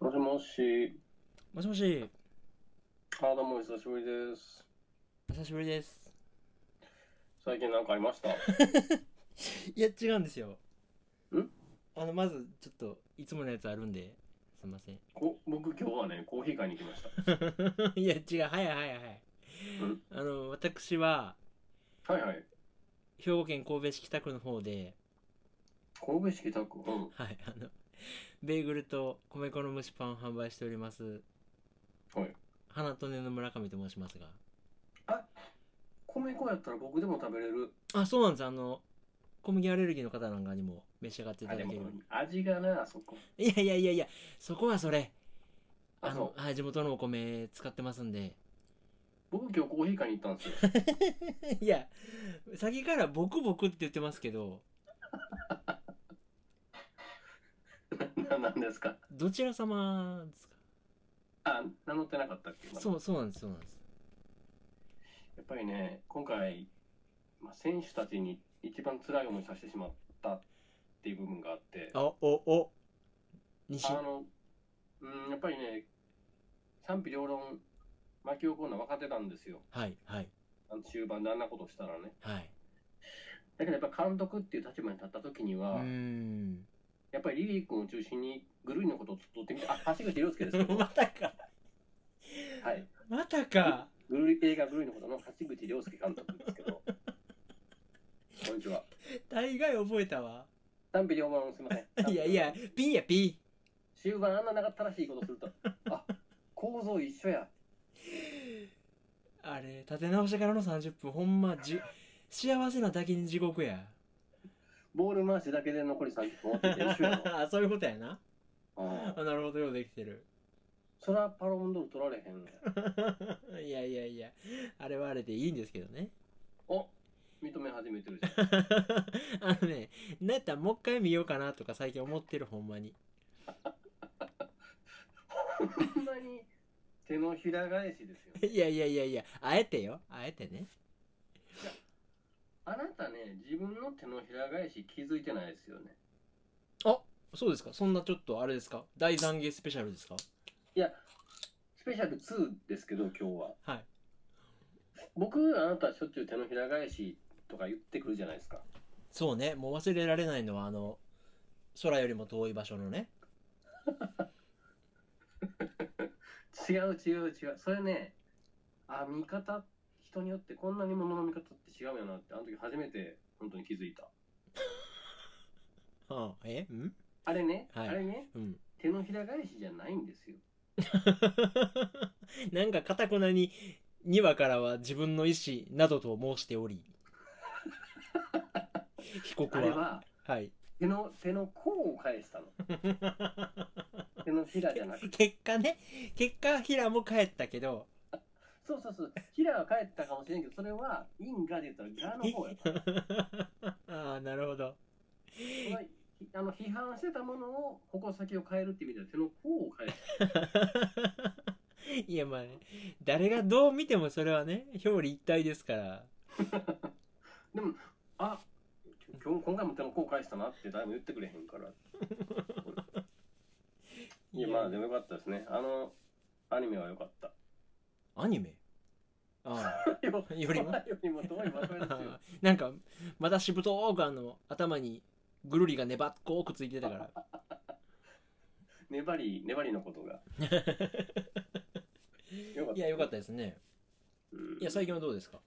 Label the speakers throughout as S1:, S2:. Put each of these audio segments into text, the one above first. S1: もしもし。
S2: もしもし、
S1: あ、どうもお久しぶりです。
S2: お久しぶりです。
S1: 最近なんかありました
S2: いや、違うんですよ。
S1: ん
S2: あの、まず、ちょっと、いつものやつあるんで、すいません。
S1: こ僕今日はね、コーヒー買いに行きました。
S2: いや、違う、はいはいはい
S1: ん。
S2: あの、私は、
S1: はいはい。
S2: 兵庫県神戸市北区の方で、
S1: 神戸市北区。うん。
S2: はい、あの、ベーグルと米粉の蒸しパンを販売しております。
S1: はい。
S2: 花と根の村上と申しますが。
S1: 米粉やったら僕でも食べれる。
S2: あ、そうなんです。あの、小麦アレルギーの方なんかにも召し上がってい
S1: あ、
S2: た
S1: で
S2: だけ
S1: も
S2: る。
S1: 味がな、あそこ。
S2: いやいやいやいや、そこはそれ。
S1: あ、
S2: あの
S1: そ、
S2: はい、地元のお米使ってますんで。
S1: う。僕今日コーヒー買いに行ったんですよ。
S2: いや、先からボクボクって言ってますけど、
S1: ななんですか
S2: どちら様ですか
S1: あ、名乗ってなかったっけう。
S2: そう、そうなんです、そうなんです。
S1: やっぱりね、今回、まあ、選手たちに一番辛い思いさせてしまったっていう部分があって、
S2: あ、お、お、西
S1: あ。の、うん、やっぱりね、賛否両論巻き起こるのは分かってたんですよ。
S2: はい、はい、
S1: あの終盤であんなことしたらね。
S2: はい。
S1: だけどやっぱ監督っていう立場に立った時に
S2: う
S1: は、
S2: ーん。
S1: やっぱりリリー君を中心にぐるりのことをずっと追ってみて、あ、橋口洋介です けど、
S2: ま
S1: は
S2: たか、
S1: い、
S2: またか。
S1: ぐるり映画ぐるりのことの橋口洋介監督ですけど、こんにちは。
S2: 大概覚えたわ。
S1: 賛否両論すみません。
S2: いやいや、ピーや、ピ
S1: 終盤あんな長ったらしいことすると、あ構造一緒や。
S2: ー。あれ、立て直してからの30分、ほんま、じゅ、幸せなだけに地獄 や。
S1: ボール回しだけで残り30分終わってて一緒やろ。
S2: あ そういうことやな。
S1: ああ
S2: あなるほど、ようできてる。
S1: そらパロンドール取られへんね。
S2: いやいやいや、あれはあれでいいんですけどね。
S1: お認め始めてるじゃん。
S2: あのね、なんやったらもう一回見ようかなとか最近思ってるほんまに。
S1: ほんまに手のひら返しですよ。
S2: いやいやいやいや、あえてよ、あえてね。
S1: あなたね、自分の手のひら返し気づいてないですよね。
S2: そうですか、そんなちょっとあれですか、大懺悔スペシャルですか
S1: スペシャル2ですけど、今日は。
S2: はい。
S1: 僕、あなたしょっちゅう手のひら返しとか言ってくるじゃないですか。
S2: そうね、もう忘れられないのはあの、空よりも遠い場所のね。
S1: 違う違う違う。それね、あ、見方、人によってこんなに物の見方って違うよなって、あの時初めて本当に気づいた。
S2: はあ、えうん
S1: あれね、
S2: はい
S1: あれね、
S2: うん。
S1: 手のひら返しじゃないんですよ。
S2: なんかかたくなに、2話からは自分の意思などと申しており。 被告
S1: あれ
S2: は。
S1: は、
S2: はい。
S1: 手の、手の甲を返したの。手のひらじゃな くて。
S2: 結果ね、結果、ヒラも帰ったけど、
S1: そうそうそう。ひらは返ったかもしれんけど、それは、因果で言ったら、がの方やから。
S2: ああなるほど
S1: そのひあの批判してたものを矛先を変えるっていう意味では手の甲を変える
S2: いやまあね誰がどう見てもそれはね表裏一体ですから
S1: あ今日今回も手の甲を返したなって誰も言ってくれへんからいやまあでもよかったですねあのアニメはよかった
S2: アニメあ
S1: よ
S2: あよりも
S1: よりも遠い 場所ですよ
S2: あなんかまたしぶとーくあの頭にぐるりがねばっこーくついてたから
S1: 粘り粘りのことがよかった
S2: いやよかったですね
S1: うん
S2: いや最近はどうですか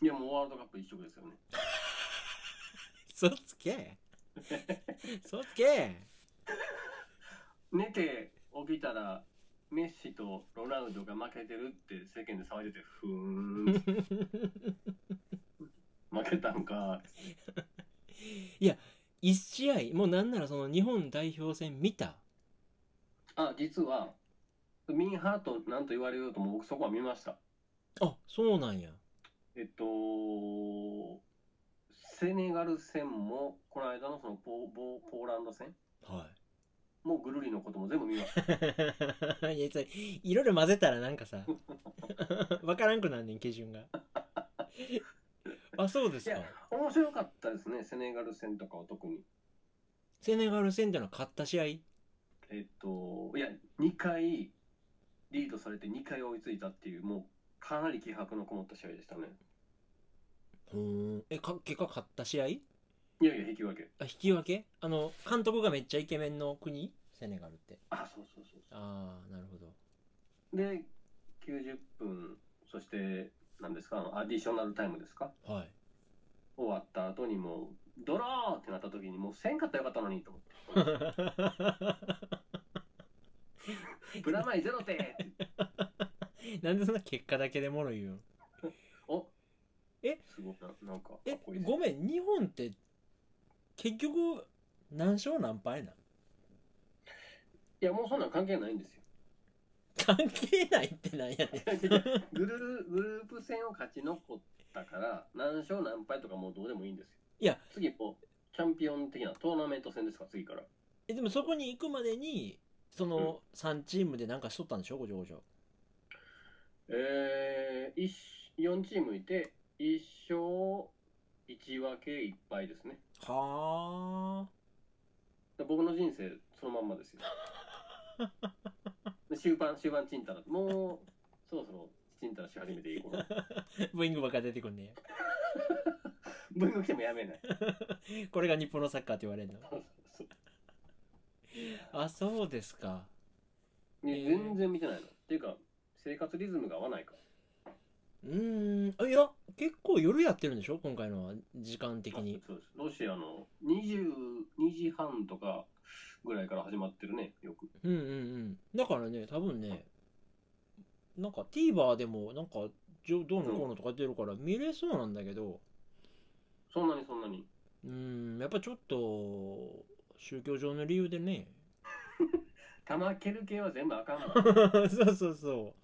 S1: いやもうワールドカップ一色ですよね
S2: そつけそつけ
S1: 寝て起きたらメッシとロナウドが負けてるって世間で騒いでてふーん負けたんか
S2: 一試合もうなんならその日本代表戦見た
S1: あ実はミンハートなんと言われようとも僕そこは見ました
S2: あそうなんや
S1: えっとセネガル戦もこの間のそのポポポーランド戦
S2: はい
S1: もうぐるりのことも全部見 ました
S2: い やそれいろいろ混ぜたらなんかさ わからんくなんねん基準があそうですか
S1: いや面白かったですねセネガル戦とかは特に
S2: セネガル戦での勝った試合
S1: ええっと、いや、2回リードされて2回追いついたっていう、もうかなり気迫のこもった試合でしたね。
S2: うーんえか結果勝った試合
S1: いやいや、引き分け。
S2: あ引き分けあの監督がめっちゃイケメンの国セネガルって
S1: あ、そうそうそうそ
S2: ああなるほど
S1: う。で、90分、そして、何ですか、あのアディショナルタイムですか
S2: はい
S1: 終わった後にもう、ドローってなった時に、もうせんかったらよかったのにと 思って、プラマイゼロでって
S2: なんでそんな結果だけでもろ言うん
S1: お
S2: え
S1: すごいな、なんかか
S2: え
S1: っこいいです
S2: ごめん日本って結局何勝何敗なん
S1: いや、もうそんなん関係ないんですよ。
S2: 関係ないってなんや ねん
S1: グルーグループ戦を勝ち残ったから、何勝何敗とかもうどうでもいいんですよ。
S2: いや、
S1: 次、こう、チャンピオン的なトーナメント戦ですか、次から。
S2: えでもそこに行くまでにその3チームでなんかしとったんでしょごちょごちょ
S1: えー、一4チームいて、1勝1分け1敗ですね。
S2: は
S1: で僕の人生、そのまんまですよ。で終盤、終盤、チンタラ、もう、そろそろ、チンタラし始めていい頃。
S2: あブーイングばっか出てくんねや
S1: 文学てもやめない。
S2: これが日本のサッカーって言われるの
S1: そうそう
S2: あそうですか
S1: そうね
S2: えー
S1: 全然見てないの。っていうか、生活リズムが合わないから。
S2: うーんあいや結構夜やってるんでしょ今回のは時間的に
S1: そうですロシアの22時半とかぐらいから始まってるねよく
S2: うんうんうんだからね多分ねなんか TVer でもなんかじょどうのこうのとか出るから見れそうなんだけど
S1: そんなにそんなに
S2: うーんやっぱちょっと宗教上の理由でね
S1: 玉蹴る系は全部あかんわ
S2: そうそうそう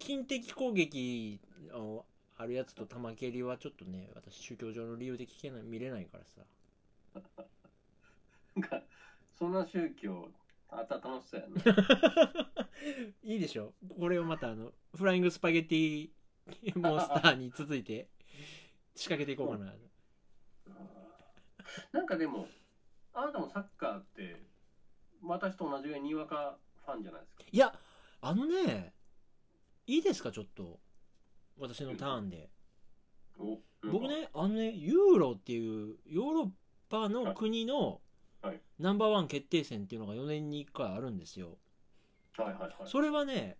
S2: 金的攻撃あのあるやつと玉蹴りはちょっとね私宗教上の理由で聞けない見れないからさ
S1: なんかそんな宗教あったら楽しそうやな、
S2: いいでしょこれをまたあのフライングスパゲティモンスターに続いて仕掛けていこうかな
S1: なんかでもあなたもサッカーって私と同じぐらいにわかファンじゃないですか
S2: いやあのねいいですかちょっと私のターンで
S1: お
S2: 僕ねあのねユーロっていうヨーロッパの国の
S1: はい
S2: ナンバーワン決定戦っていうのが4年に1回あるんですよ
S1: はいはいはい
S2: それはね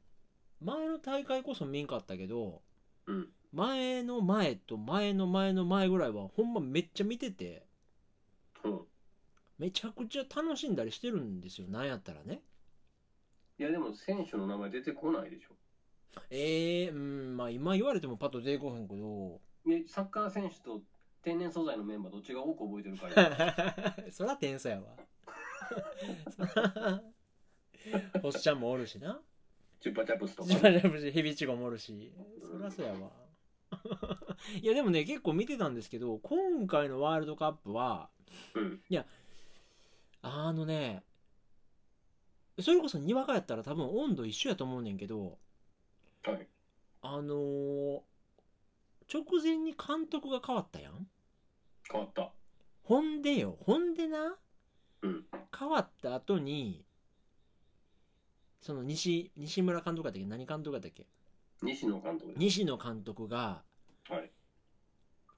S2: 前の大会こそ見んかったけど
S1: うん
S2: 前の前と前の前の前ぐらいはほんまめっちゃ見てて
S1: うん
S2: めちゃくちゃ楽しんだりしてるんですよなんやったらね
S1: いやでも選手の名前出てこないでしょ
S2: えー、うんまあ今言われてもパッと出てこへんけど
S1: でサッカー選手と天然素材のメンバーどっちが多く覚えてるか よ
S2: そら天才やわそら 星ちゃんもおるし な
S1: チュッパチャプスとか
S2: ジバラブシヘビチゴもおるしそらそうやわ いやでもね結構見てたんですけど今回のワールドカップは
S1: うん
S2: あのねそれこそにわかやったら多分温度一緒やと思うねんけど
S1: はい
S2: あのー直前に監督が変わったやん
S1: 変わった
S2: ほんでよほんでな、
S1: うん
S2: 変わった後にその西西村監督だっけ何監督だったっけ
S1: 西野監督です
S2: 西野監督が
S1: はい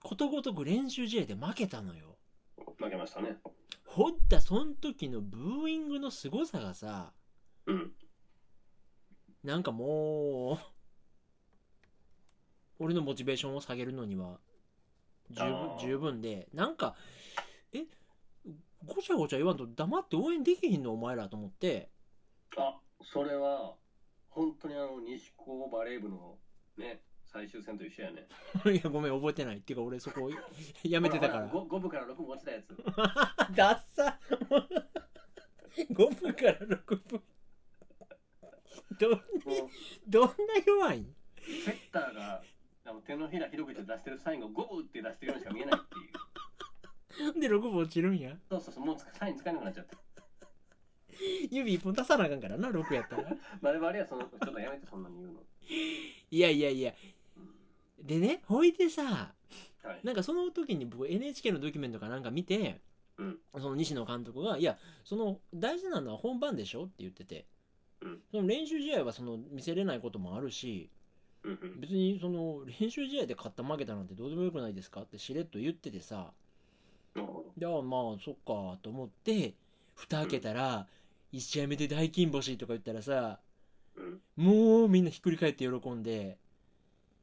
S2: ことごとく練習試合で負けたのよ
S1: 負けましたね
S2: ほったそん時のブーイングの凄さがさ
S1: うん
S2: なんかもう俺のモチベーションを下げるのには十
S1: あ
S2: 分
S1: ー
S2: 十分でなんかえごちゃごちゃ言わんと黙って応援できひんのお前らと思って
S1: あそれは本当にあの西高バレー部のね最終戦と一緒やね
S2: いやごめん覚えてないっていうか俺そこやめてたから
S1: 5, 部から6部落ちたやつ
S2: ダッ サ5分から6分どん
S1: もう
S2: どんな弱いん
S1: セッターがあの手のひら広げて出してるサインが5部って出してるようにしか見えないっていう
S2: で6分落ちるんや
S1: そうそうそうもうつかサインつかなくなっちゃった
S2: 指1本出さなあかんからな6やった ら
S1: 我々はそのちょっとやめてそんなに言うの、
S2: いやいやいや
S1: うん
S2: でねほいでさ
S1: はい
S2: なんかその時に僕 NHK のドキュメントかなんか見て、
S1: うん
S2: その西野監督が、いや、その大事なのは本番でしょって言ってて
S1: うん、
S2: その練習試合はその見せれないこともあるし、
S1: うんうん
S2: 別にその練習試合で勝った負けたなんてどうでもよくないですかってしれっと言っててさ、
S1: なるほど
S2: であまあそっかと思って、蓋開けたら、1試合目で大金星とか言ったらさ、
S1: うん
S2: もうみんなひっくり返って喜んで、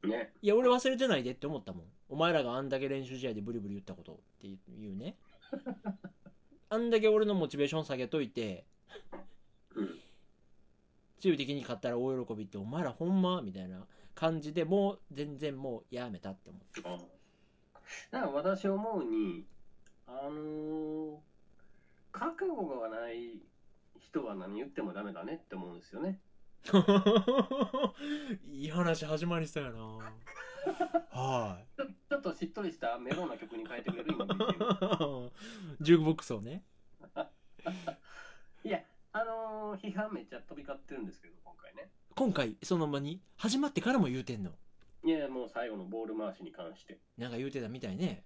S1: ね
S2: いや俺忘れてないでって思ったもんお前らがあんだけ練習試合でブリブリ言ったことっていう ねあんだけ俺のモチベーション下げといて
S1: うん
S2: 強い敵に勝ったら大喜びってお前らほんまみたいな感じでもう全然もうやめたって思った
S1: あだから私思うにあのー覚悟がない人は何言ってもダメだねって思うんですよね
S2: いい話始まりそうや なは
S1: ちょちょっとしっとりしたメロンな曲に変えてくれる今の BGM
S2: いジュークボックスをね
S1: いやあのー批判めっちゃ飛び交ってるんですけど今回ね
S2: 今回そのまに始まってからも言うてんの
S1: いやいやもう最後のボール回しに関して
S2: なんか言うてたみたいね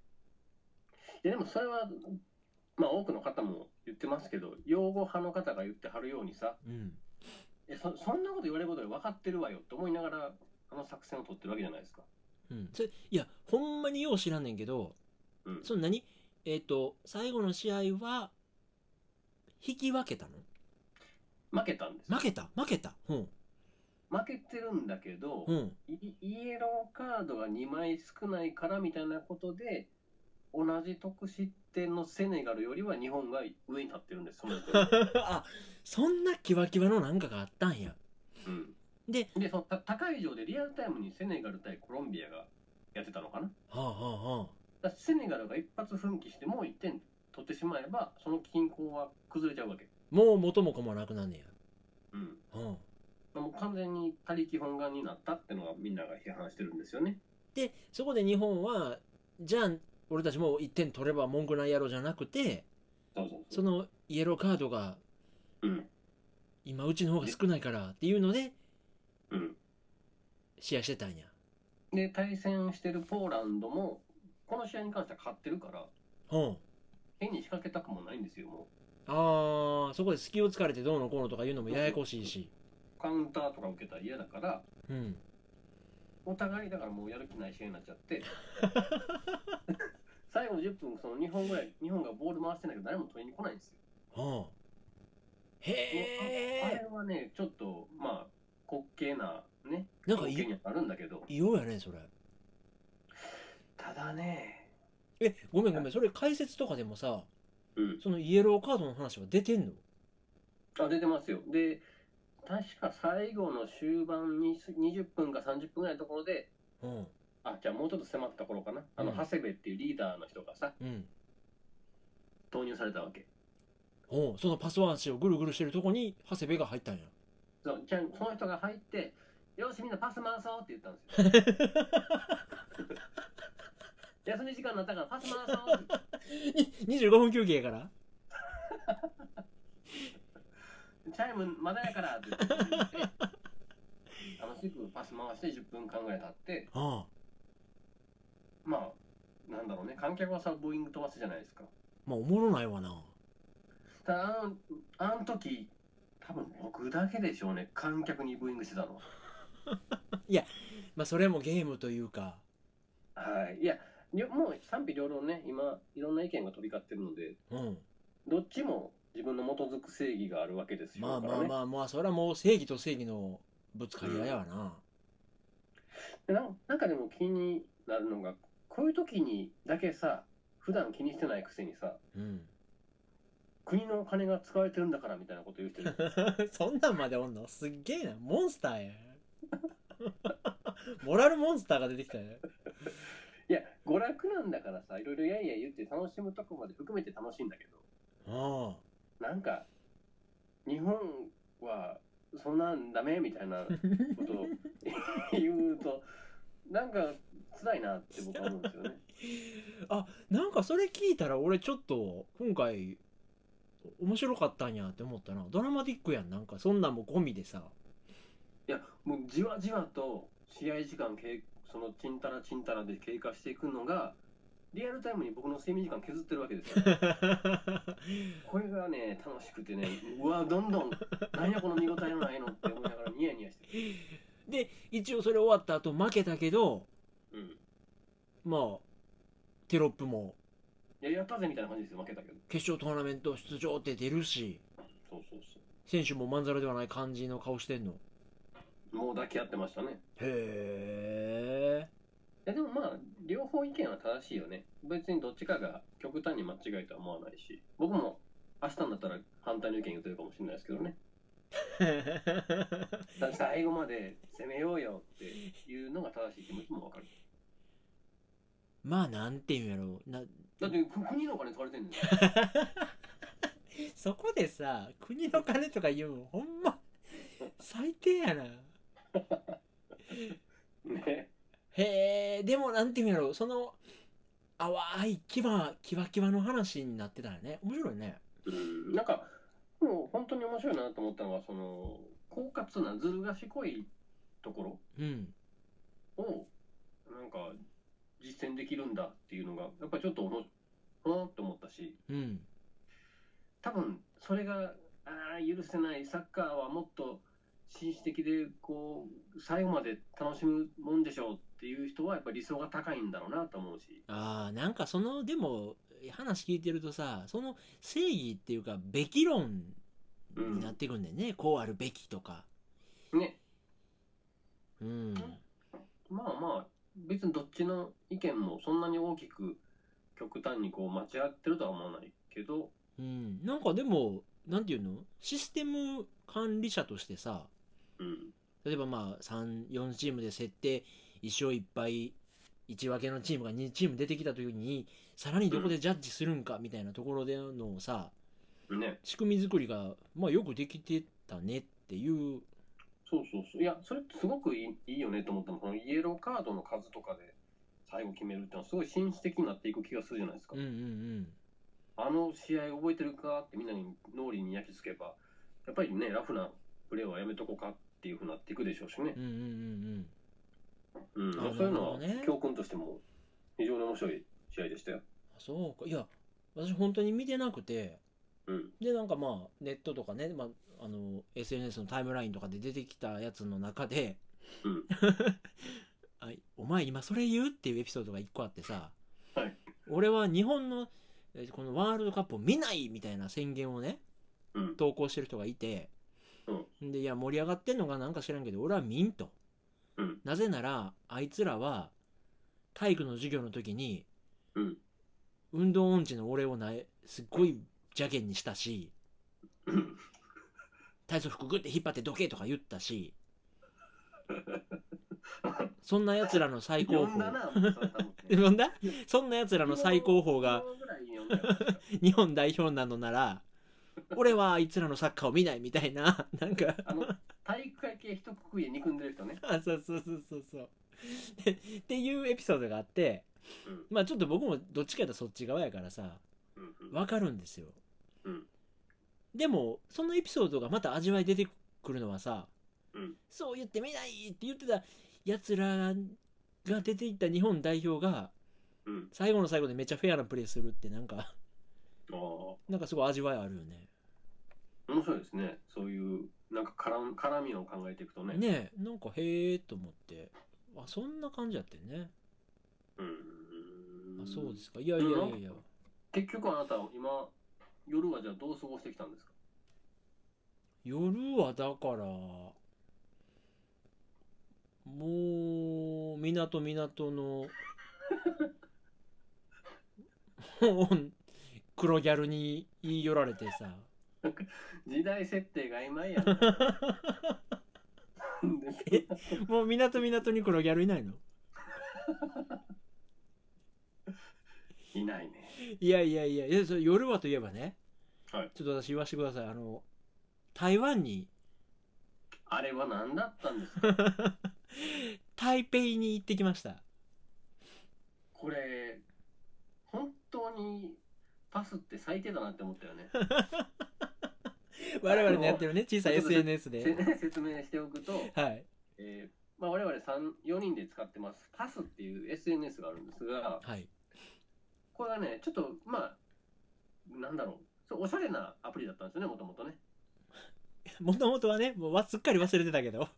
S1: いやでもそれは、まあ、多くの方も言ってますけど、擁護派の方が言ってはるようにさ、
S2: うん
S1: えそそんなこと言われることで分かってるわよって思いながら、あの作戦を取ってるわけじゃないですか。
S2: うん、それいやほんまによう知らんねんけど
S1: うん、
S2: その何えっ、と最後の試合は引き分けたの
S1: 負けたんですよ
S2: 負けた負けたうん
S1: 負けてるんだけど、
S2: うん
S1: イイエローカードが2枚少ないからみたいなことで、同じ得失点のセネガルよりは日本が上に立ってるんです、その 時
S2: あそんなキワキワのなんかがあったんや
S1: うん、
S2: で
S1: でそのた高い上でリアルタイムにセネガル対コロンビアがやってたのかな。
S2: はあはあはあ
S1: だからセネガルが一発奮起してもう1点取ってしまえばその均衡は崩れちゃうわけ、
S2: もう元も子もなくなんね
S1: うん、
S2: やうん
S1: もう完全に他力本願になったってのがみんなが批判してるんですよね
S2: でそこで日本はじゃあ俺たちも1点取れば文句ないやろじゃなくて
S1: そうそう
S2: そのイエローカードが
S1: うん
S2: 今うちの方が少ないからっていうので
S1: うん
S2: 試合してたんや
S1: で対戦してるポーランドもこの試合に関しては勝ってるから
S2: うん
S1: 変に仕掛けたくもないんですよも
S2: あーそこで隙を突かれてどうのこうのとか言うのもややこしいし、
S1: うカウンターとか受けたら嫌だから
S2: うん、
S1: お互いだからもうやる気ない試合になっちゃって 最後の10分その日本ぐらい日本がボール回してないけど誰も取りに来ないんですよ
S2: はあ、へ
S1: ああ
S2: え
S1: れはね、ちょっと、まあ、滑稽なね、
S2: なんか
S1: 滑稽
S2: い
S1: にはなるんだけど、
S2: 異様やねそれ
S1: ただね、
S2: えごめんごめんそれ解説とかでもさ
S1: うん、
S2: そのイエローカードの話は出てんの
S1: あ出てますよ。で、確か最後の終盤に20分か30分ぐらいのところで、
S2: うん
S1: あ、じゃあもうちょっと迫った頃かな、あの、
S2: うん
S1: 長谷部っていうリーダーの人がさ、
S2: うん
S1: 投入されたわけ。
S2: おうそのパスワンシをぐるぐるしてるとこに長谷部が入ったん や
S1: そうじゃあその人が入って、よし、みんなパス回そうって言ったんですよ。 休み時間になったからパス回そうって
S2: 25分休憩やから
S1: チャイムまだやからって言って、楽しくパス回して10分間ぐらい経って、
S2: ああ
S1: まあ、なんだろうね、観客はさ、ブーイング飛ばすじゃないですか。
S2: まあおもろないわな
S1: ただ、あの、あの時、多分僕だけでしょうね、観客にブーイングしてたのは。
S2: まあそれもゲームというか
S1: はい。いや、りょもう賛否両論ね、今、いろんな意見が飛び交ってるので、
S2: うん
S1: どっちも自分の基づく正義があるわけですよ。
S2: まあ
S1: だ
S2: ま
S1: か
S2: あ
S1: らね
S2: まあまあそれはもう正義と正義のぶつかり合いやわな、
S1: でなんなんかでも気になるのが、こういう時にだけさ、普段気にしてないくせにさ、
S2: うん、
S1: 国のお金が使われてるんだからみたいなこと言う人い る
S2: そんなんまでおんのすっげえなモンスターや モラルモンスターが出てきたね
S1: いや娯楽なんだからさいろいろやいや言って楽しむとこまで含めて楽しいんだけど
S2: あ
S1: なんか日本はそんなんダメみたいなことを言うとなんか辛いなって僕は思うんですよね。
S2: あなんかそれ聞いたら俺ちょっと今回面白かったんやって思ったなドラマティックやんなんかそんなんも込みでさ
S1: いやもうじわじわと試合時間経そのちんたらちんたらで経過していくのがリアルタイムに僕の睡眠時間削ってるわけですよ。これがね、楽しくてね、うわ、どんど ん、なんやこの見応えのないのって思いながらニヤニヤしてる。
S2: で一応それ終わった後負けたけど
S1: うん。
S2: まあテロップも
S1: いや、やったぜみたいな感じですよ、負けたけど。
S2: 決勝トーナメント出場って出るし
S1: そうそうそ
S2: 選手もまんざらではない感じの顔してんの
S1: う。もう抱き合ってましたね。
S2: へえ
S1: いやでもまあ、両方意見は正しいよね。別にどっちかが極端に間違いとは思わないし、僕も明日になったら反対の意見言ってるかもしれないですけどね。だから最後まで攻めようよっていうのが正しい気持ちもわかる。
S2: まあなんていうんやろな
S1: だってく国のお金取られてるんだよ。
S2: そこでさ国の金とか言うのほんま最低やな
S1: ね。
S2: へえでもなんていうんやろその淡いキバキワキワの話になってたよね面白いね
S1: うん。なんか、もう本当に面白いなと思ったのは、その、狡猾なずる賢いとこ
S2: うん
S1: ろを、なんか、実践できるんだっていうのが、やっぱりちょっとおも、おーっと思ったし、
S2: うん
S1: 多分それがあー許せないサッカーはもっと紳士的でこう最後まで楽しむもんでしょうっていう人はやっぱり理想が高いんだろうなと思うし
S2: ああなんかそのでも話聞いてるとさその正義っていうかべき論になってくんだよね、こうあるべきとか
S1: ね
S2: うん
S1: まあまあ別にどっちの意見もそんなに大きく極端にこう間違ってるとは思わないけど
S2: うんなんかでもなんていうのシステム管理者としてさ
S1: うん
S2: 例えばまあ34チームで設定1勝1敗1分けのチームが2チーム出てきた時にさらにどこでジャッジするんかみたいなところでのさ
S1: ね
S2: 仕組み作りがまあよくできてたねっていう
S1: そうそうそういやそれってすごくいいいいよねと思ったのこのイエローカードの数とかで最後決めるってのはすごい紳士的になっていく気がするじゃないですか
S2: うんうんうん
S1: あの試合覚えてるかってみんなに脳裏に焼き付けば、やっぱりね、ラフなプレーはやめとこうかっていうふうになっていくでしょうしね
S2: うん。うんうんうん
S1: うん。
S2: あ
S1: そういうのは
S2: なるほどね
S1: 教訓としても非常に面白い試合でしたよ。
S2: そうかいや私本当に見てなくて
S1: うん。
S2: でなんかまあネットとかね、まあ、あの SNS のタイムラインとかで出てきたやつの中で
S1: うん
S2: あお前今それ言う?」っていうエピソードが一個あってさ、
S1: はい
S2: 俺は日本のえこのワールドカップを見ないみたいな宣言をね
S1: うん。
S2: 投稿してる人がいて、でいや盛り上がってんのかなんか知らんけど俺は見んと、
S1: うん
S2: なぜならあいつらは体育の授業の時に、
S1: うん
S2: 運動音痴の俺をないすっごい邪険にしたし
S1: うん。
S2: 体操服グッて引っ張ってどけとか言っ たしそんなやつらの最高
S1: 読ん
S2: 峰
S1: だな、もうそれ多分ね
S2: 呼んだそんなやつらの最高峰 が。
S1: 昨日ぐらいに読んだよ確か
S2: 日本代表なのなら俺はあいつらのサッカーを見ないみたいな なんか
S1: あの、体育会系一括りで憎んでる人ね。
S2: あそうそうそうそうそうでっていうエピソードがあって
S1: うん。
S2: まあちょっと僕もどっちかというとそっち側やからさ
S1: うんうん。
S2: わかるんですよ、
S1: うん
S2: でもそのエピソードがまた味わい出てくるのはさ、
S1: うん
S2: そう言って見ないって言ってたやつらが出ていった日本代表が
S1: うん。
S2: 最後の最後でめっちゃフェアなプレーするってなんか
S1: ああ、
S2: なんかすごい味わいあるよね
S1: 面白いですね。そういう、なんか絡ん絡みを考えていくとね。
S2: ねえなんかへえと思ってあそんな感じやってね
S1: うん。
S2: あそうですかいやいやいやいや
S1: 結局あなたは今夜はじゃあどう過ごしてきたんですか
S2: 夜はだからもう港港のもう黒ギャルに言い寄られてさ
S1: 時代設定が曖 昧やな
S2: えもう港港に黒ギャルいないの
S1: いないね
S2: いやいやいやいやそれ夜はといえばね、
S1: はい
S2: ちょっと私言わせてくださいあの台湾に
S1: あれは何だったんですか
S2: 台北に行ってきました
S1: これ本当にパスって最低だなって思ったよね
S2: 我々のやってるね小さい
S1: ちょっと
S2: SNS
S1: せ
S2: で
S1: 説明しておくと、
S2: はい
S1: えーまあ、我々三4人で使ってますパスっていう SNS があるんですが
S2: はい
S1: これはねちょっとまあなんだろうそうおしゃれなアプリだったんですよね、もともとね。
S2: もともとはね、もうわすっかり忘れてたけど。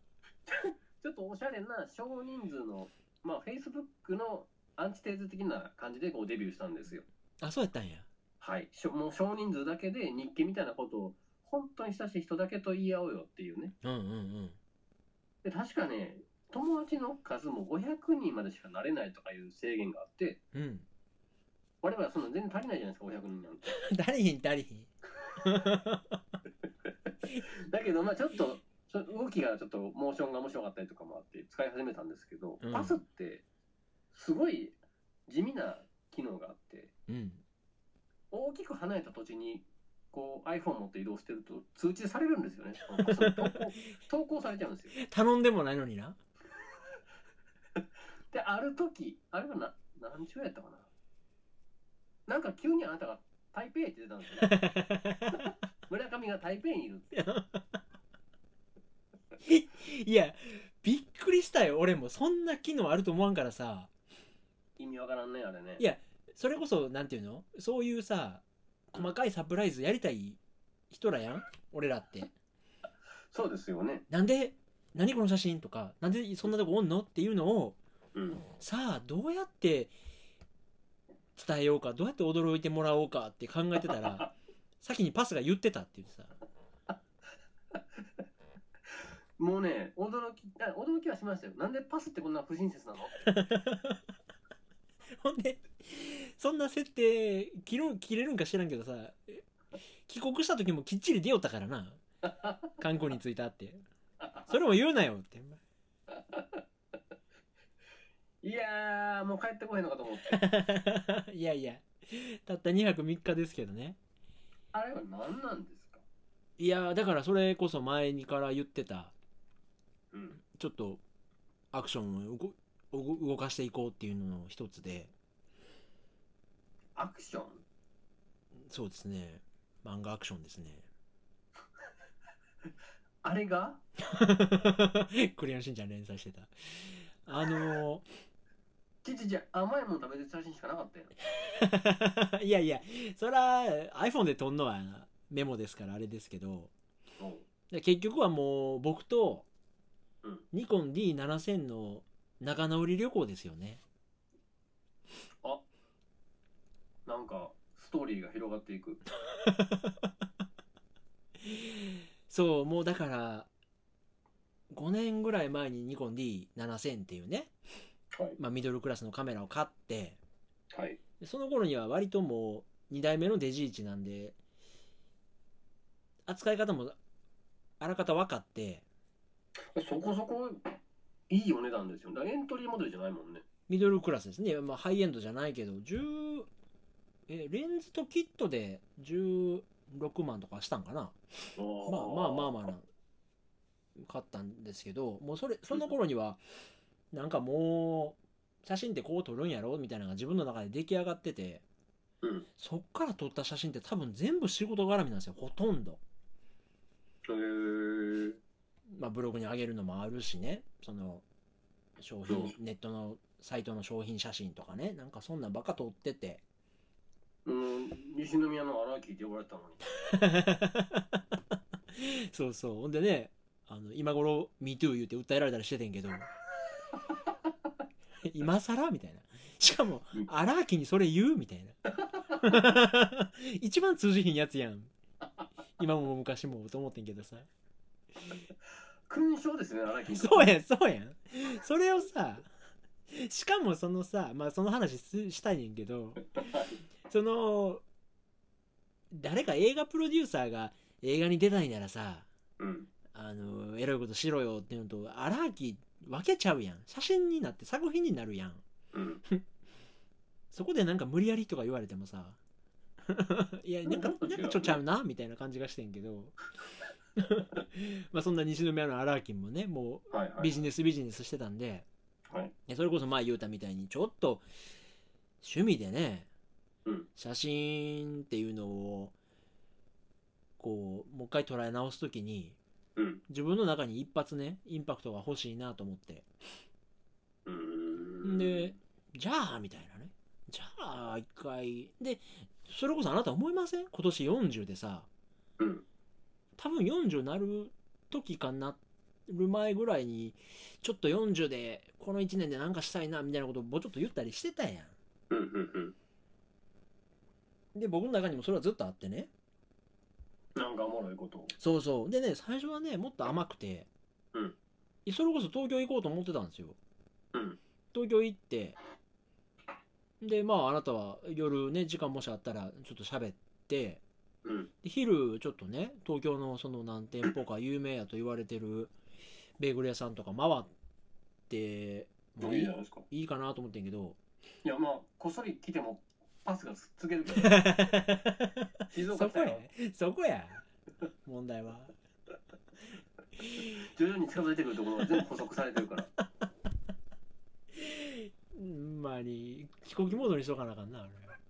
S1: ちょっとおしゃれな少人数の、まあ、Facebook のアンチテーズ的な感じでこうデビューしたんですよ。
S2: あ、そうやったんや。
S1: はい、しょもう少人数だけで日記みたいなことを本当に親しい人だけと言い合おうよっていうね
S2: うんうんうん。
S1: で確かね友達の数も500人までしかなれないとかいう制限があって
S2: うん。
S1: 我々はそんな全然足りないじゃないですか500人なんて
S2: 足りひん足りひん。
S1: だけどまあちょっとそ動きがちょっとモーションが面白かったりとかもあって使い始めたんですけど、
S2: うん
S1: パスってすごい地味な機能があって
S2: うん。
S1: 大きく離れた土地にこう iPhone 持って移動してると通知されるんですよねそのパスの 投稿投稿されちゃうんですよ
S2: 頼んでもないのにな。
S1: で、ある時、あれはな、何時ぐらいやったかな。なんか急にあなたが台北って出たんですよ、ね。村上が台北にいるって。
S2: いや、びっくりしたよ。俺もそんな機能あると思わんからさ。
S1: 意味わからんね、あれね。
S2: いやそれこそ、なんていうのそういうさ、細かいサプライズやりたい人らやん俺らって。
S1: そうですよね。
S2: なんで、何この写真とか、なんでそんなとこおんのっていうのを、
S1: うん。
S2: さあ、どうやって伝えようか、どうやって驚いてもらおうかって考えてたら、先にパスが言ってたって言ってさ。
S1: もうね、驚き、あ驚きはしましたよ。なんでパスってこんな不親切なの
S2: ほんで、そんな設定切る、切れるんか知らんけどさ、え帰国した時もきっちり出よったからな。観光に着いたって。それも言うなよって。
S1: いやー、もう帰ってこへんのかと思って。
S2: いやいや、たった2泊3日ですけどね。
S1: あれは何なんですか
S2: いや、だからそれこそ前にから言ってた、
S1: うん。
S2: ちょっとアクションを動動動かしていこうっていうのの一つで、
S1: アクション
S2: そうですね、漫画アクションですね。
S1: あれが
S2: クレヨンしんちゃん連載してた。あの
S1: ちちち、甘いもん食べてる写真しかなかったよ。
S2: ー いやいや、そら iPhone で撮んのはメモですからあれですけど、
S1: おう
S2: で結局はもう僕と
S1: うん
S2: ニコン D7000 の仲直り旅行ですよね。
S1: なんか、ストーリーが広がっていく。
S2: そう、もうだから、5年ぐらい前にニコン D7000 っていうね、
S1: はい。
S2: まあ、ミドルクラスのカメラを買って、
S1: はい。
S2: でその頃には割ともう2代目のデジイチなんで、扱い方もあらかた分かって、
S1: そこそこいいお値段ですよ。だからエントリーモデルじゃないもんね。
S2: ミドルクラスですね。まあ、ハイエンドじゃないけど、10、え、レンズとキットで16万とかしたんかな。まあまあまあまあな、買ったんですけど、もうそれ、その頃には、なんかもう、写真ってこう撮るんやろみたいなのが自分の中で出来上がってて、
S1: うん。
S2: そっから撮った写真って多分全部仕事絡みなんですよ、ほとんど。
S1: へー
S2: まあ、ブログに上げるのもあるしねその商
S1: う
S2: 品
S1: ん
S2: ネットのサイトの商品写真とかねなんかそんなんばっか撮ってて
S1: うん、西宮の荒木って呼ばれてたのに。
S2: そうそうほんでねあの今頃「MeToo」言うて訴えられたりしててんけど 今更みたいなしかも
S1: うん
S2: 荒木にそれ言うみたいな 一番通じひんやつやん今も昔もと思ってんけどさ
S1: 勲章ですね、荒木
S2: そう
S1: や。
S2: やんそうやんそれをさしかもそのさまあその話すしたいねんけどその誰か映画プロデューサーが映画に出たいならさ
S1: うん。
S2: あのエロいことしろよっていうのと荒木分けちゃうやん写真になって作品になるやん
S1: うん。
S2: そこでなんか無理やりとか言われてもさ いや なんか
S1: もっと違う
S2: なんかちょちゃうなみたいな感じがしてんけど まあそんな西宮の荒木もねもう
S1: はいはい。
S2: ビジネスビジネスしてたんで、
S1: はい
S2: でそれこそ前言うたみたいにちょっと趣味でね、
S1: うん
S2: 写真っていうのをこうもう一回捉え直す時に
S1: うん。
S2: 自分の中に一発ねインパクトが欲しいなと思って
S1: うーん。
S2: で、じゃあみたいなねじゃあ一回でそれこそあなた思いません今年40でさ、
S1: うん
S2: 多分40なる時かなる前ぐらいにちょっと40でこの1年で何かしたいなみたいなことをぼちょっと言ったりしてたや
S1: うんうんうん。
S2: んで僕の中にもそれはずっとあってね
S1: なんかおもろいことを。
S2: そうそうでね最初はねもっと甘くて、
S1: うん
S2: それこそ東京行こうと思ってたんですよ、
S1: うん
S2: 東京行ってでまああなたは夜ね時間もしあったらちょっと喋って
S1: うん。
S2: で昼ちょっとね東京のその何店舗か有名やと言われてるベーグル屋さんとか回ってもう
S1: いいじ
S2: いい
S1: ゃないですか。
S2: いいかなと思ってんけど
S1: いや、まあ、こっそり来ても、パスがつっつけるけど、静岡 来
S2: そこ
S1: た
S2: や
S1: よ。
S2: そこや問題は
S1: 徐々に近づいてくるところが全部補足されてるから。
S2: うんまあに飛行機モードにしとかなあかんなあ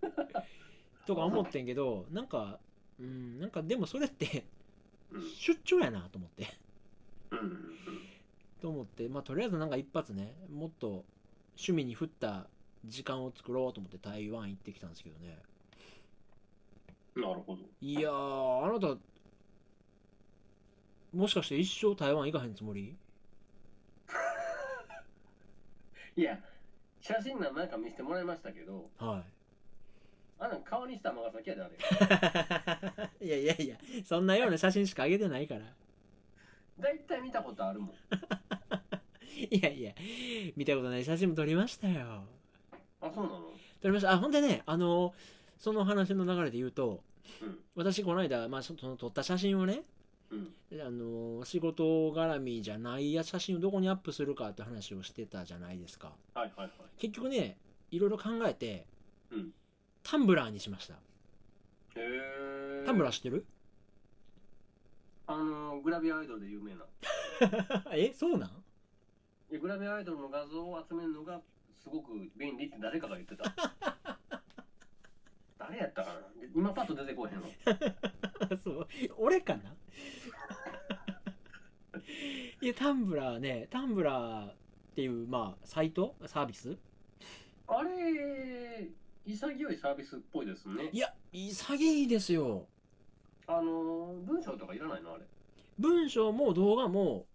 S2: れ とか思ってんけどなんかうんなんかでもそれって
S1: うん。
S2: 出張やなと思って
S1: うんうん
S2: と思ってまあとりあえずなんか一発ねもっと趣味に振った時間を作ろうと思って台湾行ってきたんですけどね
S1: うん。なるほど。
S2: いやーあなたもしかして一生台湾行かへんつもり
S1: いや、写真何枚か見せてもらいましたけど、
S2: は
S1: あんなん顔にした尼崎やであれ。
S2: いいやいやいやそんなような写真しかあげてないから
S1: 大体見たことあるもん。
S2: いやいや見たことない写真も撮りましたよ
S1: あ、そうなの
S2: 撮りましたあほんでねあのその話の流れで言うと
S1: うん。
S2: 私この間、まあ、そその撮った写真をね
S1: うん。
S2: あの仕事絡みじゃないや写真をどこにアップするかって話をしてたじゃないですか
S1: はいはいはい。
S2: 結局ねいろいろ考えて、
S1: うん
S2: タンブラーにしました
S1: へえ。
S2: タンブラー知ってる
S1: あの、グラビアアイドルで有名な。
S2: えそうなん
S1: いやグラビアアイドルの画像を集めるのがすごく便利って誰かが言って た誰やったかなで今パッと出てこへんの
S2: そう俺かな いやタンブラーねタンブラーっていうまあサイトサービス
S1: あれ潔いサービスっぽいですね
S2: いや潔いですよ
S1: あの文章とかいらないのあれ
S2: 文章も動画も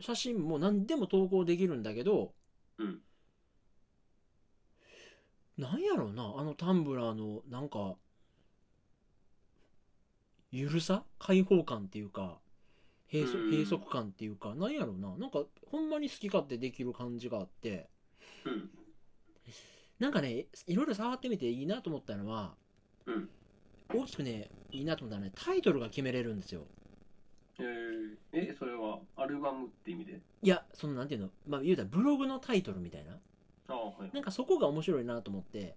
S2: 写真も何でも投稿できるんだけど、
S1: うん
S2: なんやろうなあのタンブラーのなんかゆるさ開放感っていうか閉塞
S1: うん
S2: 閉塞感っていうかなんやろうななんかほんまに好き勝手できる感じがあって
S1: うん
S2: なんかねいろいろ触ってみていいなと思ったのは
S1: うん
S2: 大きくねいいなと思ったのはねタイトルが決めれるんですよ
S1: えーえそれはアルバムって意味で
S2: いやそのなんていうのまあ言うたらブログのタイトルみたいな
S1: ああはい
S2: なんかそこが面白いなと 思って。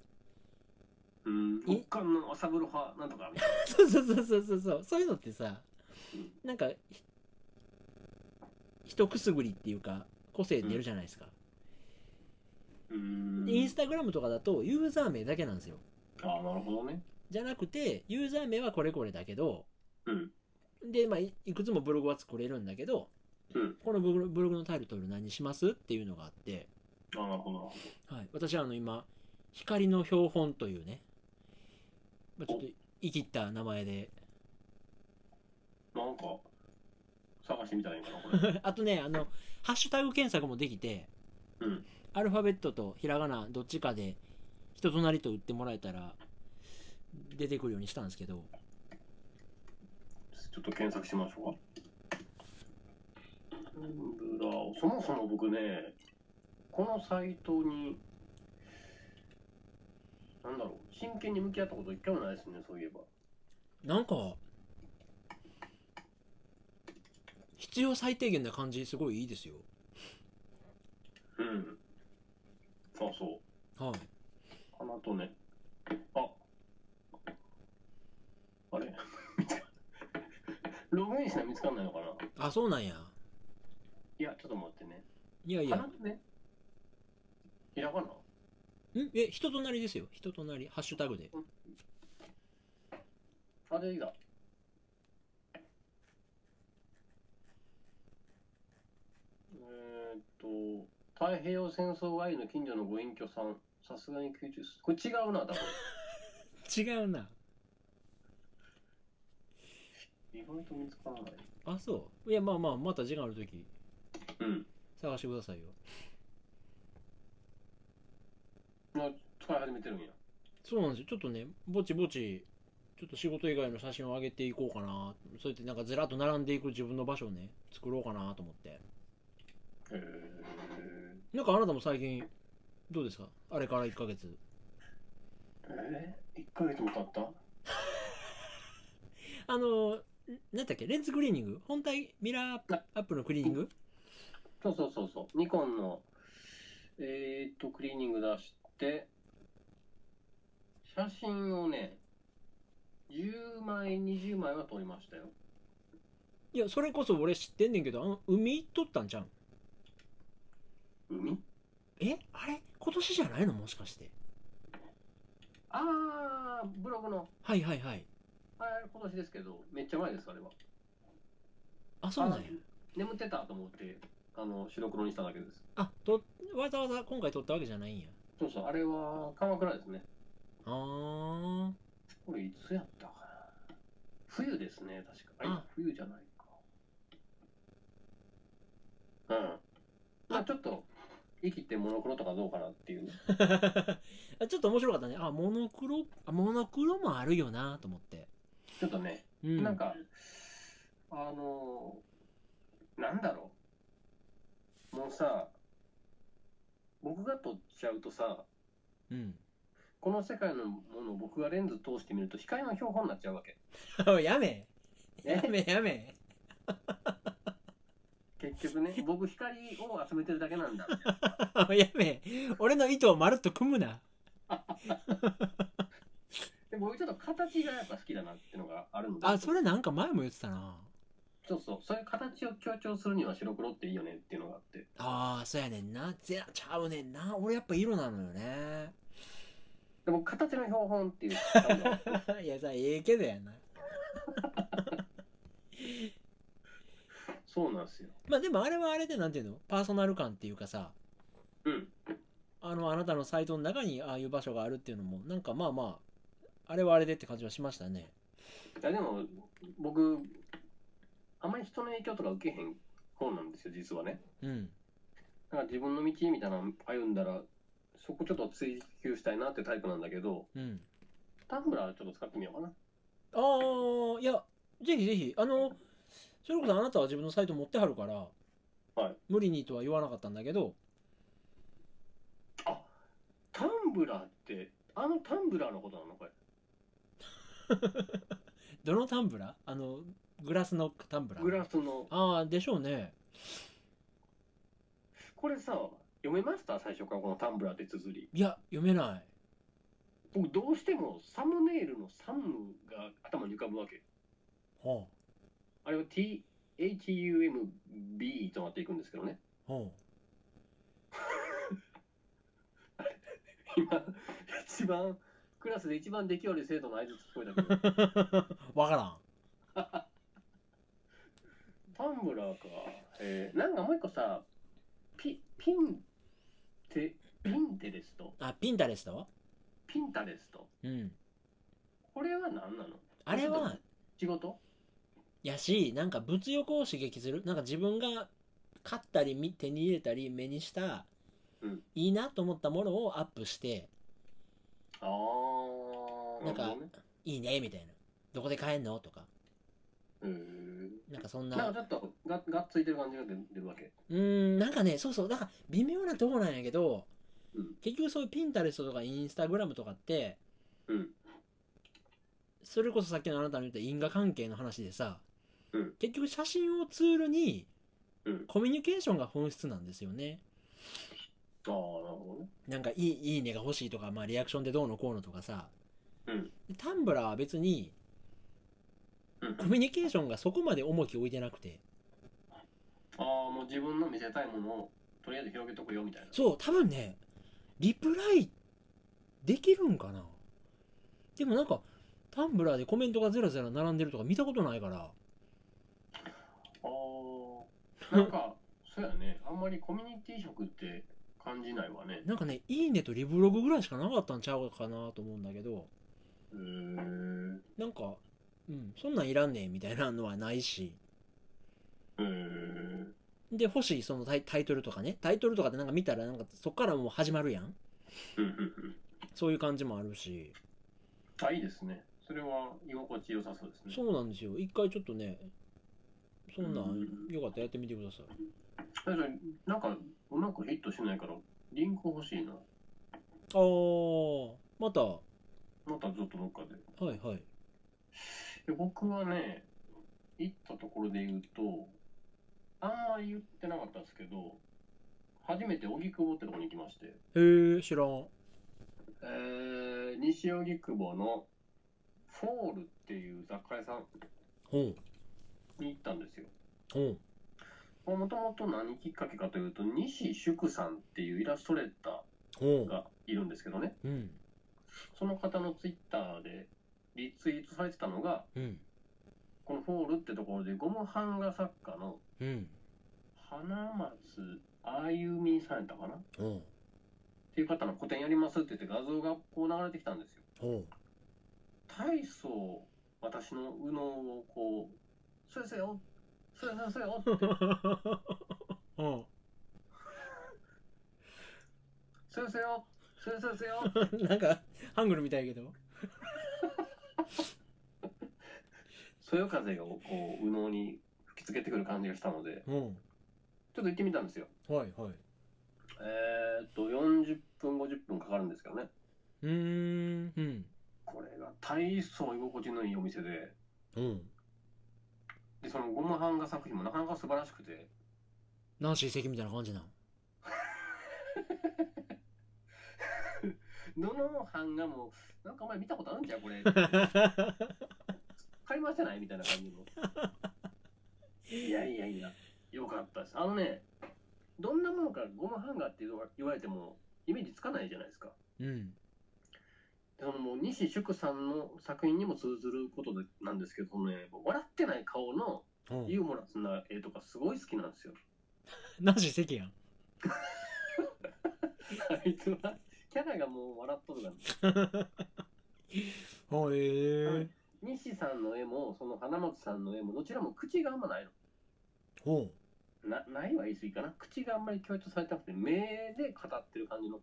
S1: うん一貫の朝風呂派なんとかみたいな
S2: そうそうそうそうそうそう。そういうのってさ
S1: うん、
S2: なんか、ひ一くすぐりっていうか、個性出るじゃないですか。
S1: うーん
S2: でインスタグラムとかだとユーザー名だけなんですよ。
S1: ああなるほどね
S2: じゃなくて、ユーザー名はこれこれだけど、
S1: うん
S2: で、まあ、いいくつもブログは作れるんだけど、
S1: うん
S2: このブログブログのタイトル何しますっていうのがあって、
S1: ああなるほどなるほ
S2: はい、私はあの今「光の標本」というね、まあ、ちょっと生きった名前で
S1: どなんか探してみたらいいんかなこれ
S2: あとねあのハッシュタグ検索もできて
S1: うん
S2: アルファベットとひらがなどっちかで人となりと打ってもらえたら出てくるようにしたんですけど
S1: ちょっと検索しましょうか。タンブラー、そもそも僕ね、このサイトに、なんだろう、真剣に向き合ったこと一回もないですね、そういえば。
S2: なんか必要最低限な感じすごいいいですよ
S1: うん。あ、そう。
S2: はい
S1: 花とね。あ。あれ見つかログインしたら見つかんないのかない
S2: あそうなんや
S1: や、ちょっと待ってね。
S2: いやいや
S1: 花とね。ひらがなん
S2: え人となりですよ人となりハッシュタグで
S1: あれだ。えーっと、太平洋戦争帰りの近所のご隠居さん、さすがに90すこれ違うな、多分。
S2: 違うな
S1: 外と見つからない。
S2: あそういやまあまあまた時間ある時
S1: うん。
S2: 探してくださいよ
S1: もう使い始めてるんや。
S2: そうなんですよちょっとねぼちぼちちょっと仕事以外の写真を上げていこうかなそうやってなんかずらっと並んでいく自分の場所をね作ろうかなと思って
S1: へ
S2: なんかあなたも最近どうですかあれから1ヶ月
S1: え。えー、1ヶ月も経った
S2: あの何だっけレンズクリーニング本体ミラーアップのクリーニング
S1: そうそうそうそう。ニコンの、えー、っと、クリーニング出して、写真をね、10枚、20枚は撮りましたよ。
S2: いやそれこそ俺知ってんねんけどあの海行っとったんじゃん
S1: 海
S2: えあれ今年じゃないのもしかして
S1: あー、ブログの、
S2: はいはいはい
S1: あれ今年ですけど、めっちゃ前です、あれは。
S2: あそうなんや
S1: あ眠ってたと思って、あの、白黒にしただけです。
S2: あとわざわざ今回撮ったわけじゃないんや
S1: そうそう、あれは鎌倉ですね。
S2: あー
S1: これいつやったかな。冬ですね、確か。あ、いや
S2: あ
S1: 冬じゃないか。うん。まあちょっと、生きてモノクロとかどうかなっていうね。
S2: あちょっと面白かったねあモノクロあモノクロもあるよなと思って、
S1: ちょっとね、
S2: うん、
S1: なんか、あのー、なんだろう。もうさ、僕が撮っちゃうとさ、
S2: うん、
S1: この世界のものを僕がレンズ通してみると光の標本になっちゃうわけ。
S2: おいやめ
S1: ね
S2: やめやめ
S1: 結局ね、僕光を集めてるだけなんだ。
S2: おいやめ俺の糸をまるっと組むな
S1: で僕ちょっと形がやっぱ好きだなってのがあるので。
S2: あそれなんか前も言ってたな
S1: そうそう、そういう形を強調するには白黒っていいよねっていうのがあって。
S2: ああそうやねんなぜちゃうねんな俺やっぱ色なのよね
S1: でも形の標本っていう。あ の
S2: いやさええけどやな
S1: そうなんですよ。
S2: まあでもあれはあれでなんていうのパーソナル感っていうかさ
S1: うん。
S2: あのあなたのサイトの中にああいう場所があるっていうのもなんかまあまああれはあれでって感じはしましたね
S1: いやでも、僕、あまり人の影響とか受けへん方なんですよ、実はね。
S2: うん
S1: だから自分の道みたいなの歩んだら、そこちょっと追求したいなってタイプなんだけど、
S2: うん
S1: タンブラーちょっと使ってみようかな。
S2: ああいやぜひぜひあのそれこそあなたは自分のサイト持ってはるから、
S1: はい
S2: 無理にとは言わなかったんだけど
S1: タンブラーって、あのタンブラーのことなのこれ。
S2: どのタンブラーあのグラスのタンブラー
S1: グラスの。
S2: ああでしょうね
S1: これさ、読めました最初からこのタンブラーって綴り。
S2: いや読めない
S1: 僕どうしてもサムネイルのサムが頭に浮かぶわけ。
S2: ほ
S1: あれは THUMB となっていくんですけどね。
S2: うほ
S1: 今、一番、クラスで一番出来悪い生徒の合図聞こえたけど、
S2: うわからん
S1: タンブラーか。えー、なんかもう一個さ、ピ、ピンテ、ピンテレスト
S2: あピンタレスト
S1: ピンタレスト
S2: うん
S1: これは何なの
S2: あれは
S1: 仕事
S2: やしなんか物欲を刺激するなんか自分が買ったりみ手に入れたり目にした、
S1: うん
S2: いいなと思ったものをアップして
S1: あー、
S2: なんか
S1: るほどね
S2: いいねみたいなどこで買えんのとか
S1: うーん。
S2: なんかそん
S1: なん
S2: な
S1: かちょっとが、がっついてる感じが出出るわけ。
S2: うーんなんかねそうそうだから微妙なとこなんやけど、
S1: うん
S2: 結局そういうピンタレストとかインスタグラムとかって
S1: うん。
S2: それこそさっきのあなたの言った因果関係の話でさ、
S1: うん
S2: 結局写真をツールに
S1: うん
S2: コミュニケーションが本質なんですよね
S1: あー、なるほどね。
S2: なんかいい「いいね」が欲しいとか、まあ、リアクションでどうのこうのとかさ、
S1: うん
S2: でタンブラーは別に
S1: うん
S2: コ。ミュニケーションがそこまで重きを置いてなくて
S1: ああ、もう自分の見せたいものをとりあえず広げとくよみたいな。
S2: そう多分ねリプライできるんかなでもなんかタンブラーでコメントがずらずら並んでるとか見たことないから
S1: ああ、なんか、そうやね。あんまりコミュニティ色って感じないわね。
S2: なんかね「いいね」とリブログぐらいしかなかったんちゃうかなと思うんだけど
S1: へえ。
S2: なんかうん、そんなんいらんねんみたいなのはないし。
S1: うん。
S2: で、欲しいそのタイタイトルとかね。タイトルとかってなんか見たら、なんかそっからもう始まるやん。
S1: うんうんうん。
S2: そういう感じもあるし。
S1: あ、いいですね。それは居心地良さそうですね。
S2: そうなんですよ。一回ちょっとね、そんな
S1: うん
S2: んよかったらやってみてください。
S1: 確かになんか、うまくヒットしないから、リンク欲しいな。
S2: あー、また、は
S1: またずっとどっかで。
S2: いはい。
S1: で僕はね、行ったところで言うと、あんまり言ってなかったんですけど、初めて荻窪ってとこに行きまして、
S2: へー、知らん。
S1: えー、西荻窪のフォールっていう雑貨屋さん
S2: ほん、
S1: に行ったんですよ。
S2: ほん、
S1: もともと何きっかけかというと、西祝さんっていうイラストレータ
S2: ほ
S1: ーがいるんですけどね、
S2: ん。うん、
S1: その方のツイッターでリツイートされてたのが、
S2: うん、
S1: このフォールってところでゴム版画作家の
S2: うん、
S1: 花松あゆみさんやったかなっ
S2: ほん、
S1: ていう方の個展やりますって言って画像がこう流れてきたんですよ。
S2: ほん。
S1: 大層私の右脳をこう、そうですよ、そうですよ、そうですよ、
S2: ほ
S1: そうですよ、そうですよ、そうですよ、
S2: ん。 なんか、ハングルみたいやけど。
S1: そよ風がこう右脳に吹きつけてくる感じがしたので、
S2: うん、
S1: ちょっと行ってみたんですよ。
S2: はいはい。
S1: えーっと、40分、50分かかるんですけどね。
S2: うーん、うん、
S1: これが大層居心地のいいお店で、
S2: うん。
S1: で、そのゴム版画作品もなかなか素晴らしくて、
S2: ナンシー関みたいな感じなん。
S1: どの版画も、なんかお前見たことあるんじゃん、これ。買いましたないみたいな感じの。いやいやいや、よかったです。あのね、どんなものかゴムハンガーって言われても、イメージつかないじゃないですか。
S2: うん、
S1: でそのもう西祝さんの作品にも通ずることでなんですけど、そのね、笑ってない顔の
S2: ほん。
S1: ユーモラスな絵とかすごい好きなんですよ。
S2: ナンシー関やん。
S1: あいつは、キャラがもう笑っとるから。
S2: ほえー。
S1: 西さんの絵も、その花松さんの絵も、どちらも口があんまないの。
S2: ほん。
S1: なないは言い過ぎかな口があんまり強調されてなくて目で語ってる感じの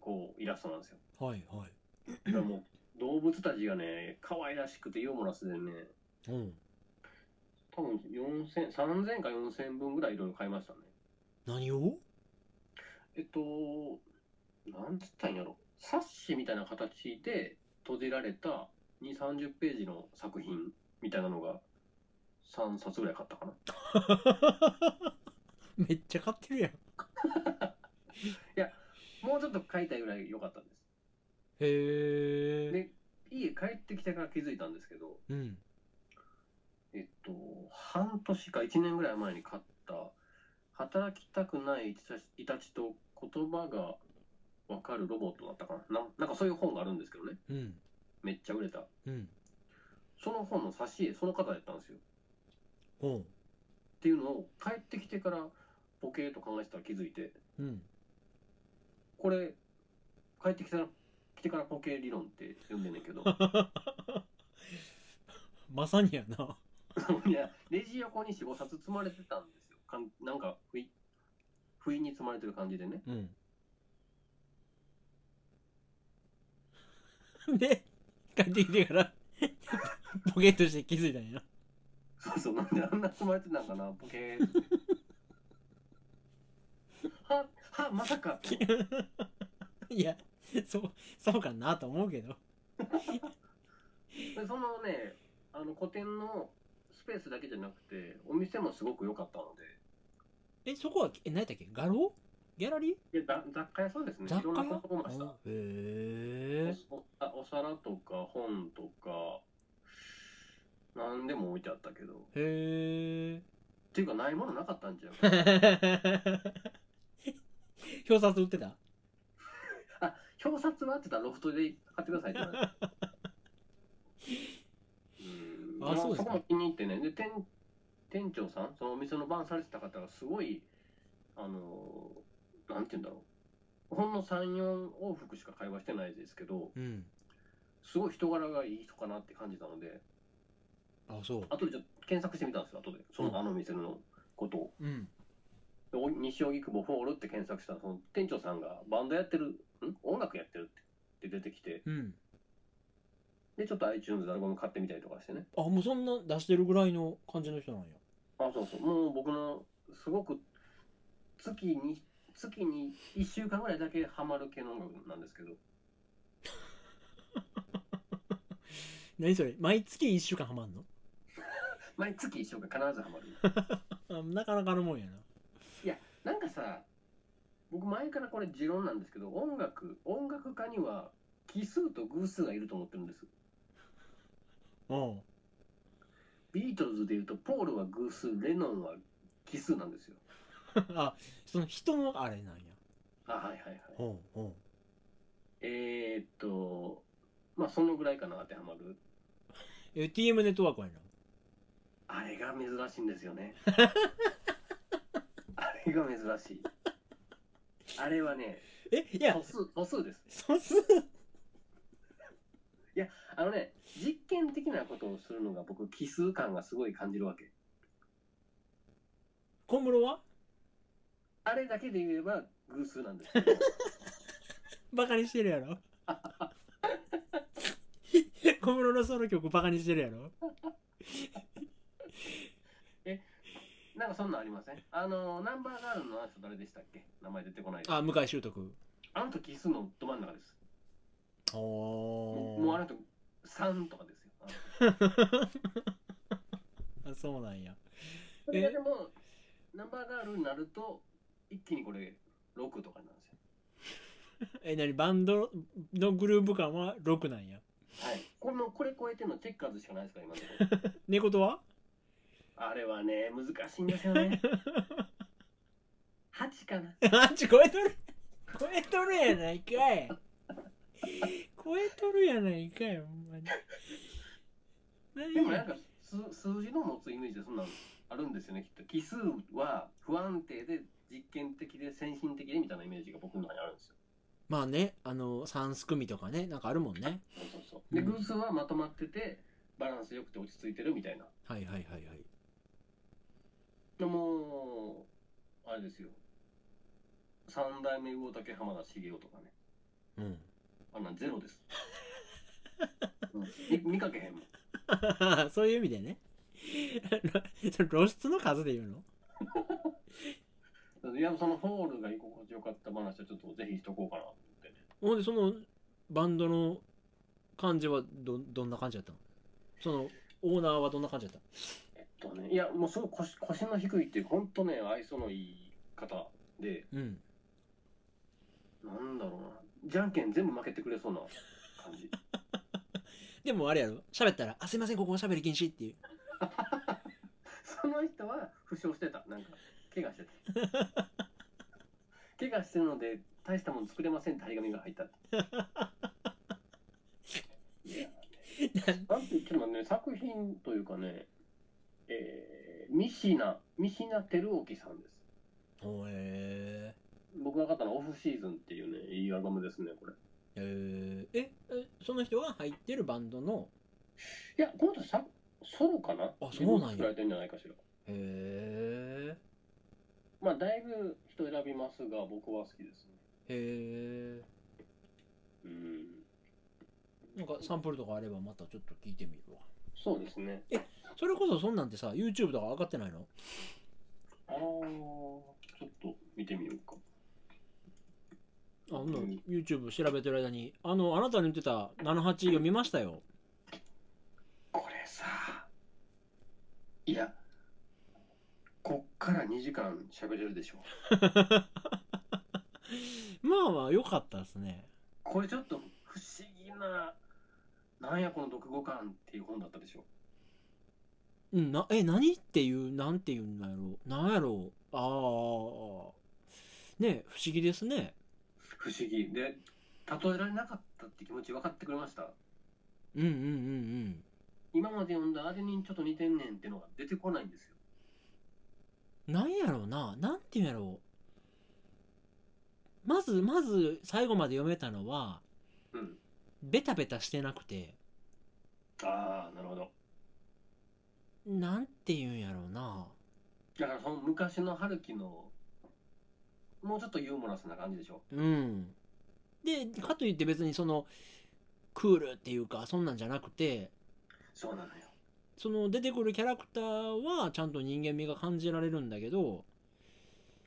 S1: こうイラストなんですよ
S2: はいはい。
S1: だからもう動物たちがね可愛らしくてユーモラスでね
S2: うん。
S1: 多分4000 3000か4000分ぐらいいろいろ買いましたね
S2: 何を
S1: えっとなんつったんやろ冊子みたいな形で閉じられた2 3 0ページの作品みたいなのが3冊ぐらい買ったかない
S2: めっちゃ買ってるやん。へ
S1: もうちょっと買いたいぐらい良かったんです
S2: え。
S1: で家帰ってきてから気づいたんですけど
S2: うん。
S1: えっと、半年か1年ぐらい前に買った、働きたくないイタチイタチと言葉がわかるロボットだったかなな。なんかそういう本があるんですけどね。
S2: うん。
S1: めっちゃ売れた。
S2: うん。
S1: その本の挿絵、その方やったんですよ。っ
S2: ほ
S1: ていうのを帰ってきてからボケーと考えてたら気づいて、
S2: う。うん。
S1: これ、帰ってきたら、来てからポケ理論って呼んでんねんけ ど、
S2: まさにやな。
S1: いや、レジ横に4、5冊積まれてたんですよ。かんなんか不意、不意に積まれてる感じでね。
S2: うん。 で、帰ってきてから、 ポケットして気づいたんやな。
S1: そうそう、なんであんな積まれてたんかな、ボケ ーって。は、は、まさ かって。
S2: いや、そう、そうかなと思うけど。
S1: でそのね、あの、個展のスペースだけじゃなくて、お店もすごく良かったの
S2: え、そこは、え、何やったっけ画廊ギャラリー
S1: で、でだ雑貨屋さんですね。
S2: 雑
S1: いろん
S2: 貨
S1: な
S2: 屋
S1: とこもした。
S2: あへえ。
S1: おおあお皿とか本とか、何でも置いてあったけど。っ
S2: へえ。
S1: ていうか、ないものなかったんちゃう
S2: 表札売ってた
S1: 表札はあってたらロフトで買ってくださいって言われたうん
S2: あそうですか
S1: そこも気に入ってねで店店長さんそのお店の番されてた方がすごいあのなんて言うんだろうほんの34往復しか会話してないですけど
S2: うん。
S1: すごい人柄がいい人かなって感じたので
S2: あそう
S1: 後でちょっと検索してみたんですよ、後で。そ
S2: うん
S1: のあの店のことを。
S2: うん
S1: でお西荻窪ホールって検索したら、その店長さんがバンドやってる、ん音楽やってるって出てきて、
S2: うん
S1: で、ちょっと iTunes でアルバム買ってみたりとかしてね。
S2: あもうそんな出してるぐらいの感じの人なんや
S1: あ、そうそう。もう僕も、すごく、月に、月に1週間ぐらいだけハマる系の音楽なんですけど、
S2: 何それ毎月1週間ハマんの
S1: 毎月1週間必ずハマる。
S2: あなかなかのもんやな
S1: なんかさ、僕前からこれ持論なんですけど、音楽、音楽家には奇数と偶数がいると思ってるんです。
S2: おう
S1: ビートルズでいうと、ポールは偶数、レノンは奇数なんですよ。
S2: あその人のあれなんや
S1: あ、はいはいはい。
S2: おうおう
S1: えーっと、まあそのぐらいかな当てはまる。
S2: え TM ネットワークやな
S1: あれが珍しいんですよ ね。あれが珍しい。あれはね、
S2: えいや
S1: 素数、素数です。
S2: 素数
S1: あのね、実験的なことをするのが僕、奇数感がすごい感じるわけ。
S2: 小室は
S1: あれだけで言えば偶数なんですけ ど。
S2: バカにしてるや ろ小室のソロ曲バカにしてるやろ
S1: なんかそんなんありませんあの、ナンバーガールのあの人誰でしたっけ名前出てこないです。あ
S2: あ向井秀徳
S1: の人奇数のど真ん中です。
S2: お
S1: も
S2: お
S1: うもうあの人3とかですよ。あの人
S2: あそうなんや
S1: それがでも、ナンバーガールになると、一気にこれ6とかなんですよ。
S2: え何バンドのグルーヴ感は6なんや
S1: はい。これも、これ超えてるのチェッカーズしかないですから、今のところ。
S2: 猫とは
S1: あれはね、難しいんですよね。8かな。
S2: あっち超えとる超えとるやないかい超えとるやないかいほんまに何
S1: でもな
S2: や
S1: んか、数数字の持つイメージでそんなのあるんですよね、きっと。奇数は不安定で、実験的で、先進的でみたいなイメージが僕の中にあるんですよ。
S2: まあねあの三すくみとかねなんかあるもんね
S1: そうそうそう。で、
S2: うん
S1: 偶数はまとまってて、バランス良くて落ち着いてるみたいな。
S2: はいはいはいはい
S1: でもう、あれですよ。三代目魚竹浜田茂雄とかね。
S2: うん
S1: あんなんゼロです。うんみ見かけへんもん。
S2: そういう意味でね露出の数で言うの
S1: いや、そのホールが居心地よかった話はちょっとぜひしとこうかなと思ってね。
S2: ほんでそのバンドの感じはどどんな感じだったのそのオーナーはどんな感じだったの
S1: えっとね、いや、もうすごい腰腰の低いっていうか、ほんとね、愛想のいい方で、
S2: うん
S1: なんだろうな、じゃんけん全部負けてくれそうな感じ。
S2: でもあれやろ喋ったら「あすいませんここおしゃべり禁止」っていう
S1: その人は負傷してた、なんか、怪我してた。 怪我してるので、大したもの作れませんって張り紙が入ったって。いやなんて言ってもね、作品というかね、えー、ミシナ、ミシナ・テルオキさんです。
S2: おえ
S1: 僕が買ったのはオフシーズンっていうね、いいアルバムですね、これ。い
S2: ー、えー、ええその人が入ってるバンドの
S1: や、この人さ、ソロかな
S2: あそうなんや
S1: 自分で作られてるんじゃないかしら。
S2: へ
S1: まあ、だいぶ人選びますが、僕は好きですね。
S2: え
S1: う
S2: へ
S1: ん。
S2: えんかサンプルとかあればまたちょっと聞いてみるわ
S1: そうですね。
S2: それこそそんなんてさ YouTube とか上がってないの
S1: ああ、ちょっと見てみようか。
S2: あほんなら
S1: うん
S2: YouTube 調べてる間にあのあなたに言ってた78読みましたよ
S1: これさ、いや、こっから2時間喋れるでしょ。
S2: まあまあ良かったですね
S1: これちょっと不思議な、なんやこの読語感っていう本だったでしょ。
S2: うんなえ何っていうなんていうんだろうなんやろうああねえ不思議ですね
S1: 不思議。で、例えられなかったって気持ち分かってくれました。
S2: うんうんうんうん
S1: 今まで読んだあれにちょっと似てんねんってのが出てこないんですよ。
S2: なんやろうななんていうんやろうまずまず最後まで読めたのは
S1: うん。
S2: ベタベタしてなくて
S1: ああ、なるほど。
S2: なんて言うんやろうな
S1: だからその昔の春樹のもうちょっとユーモラスな感じでしょ
S2: うんでかといって別にそのクールっていうかそんなんじゃなくて
S1: そうなのよ
S2: その出てくるキャラクターはちゃんと人間味が感じられるんだけど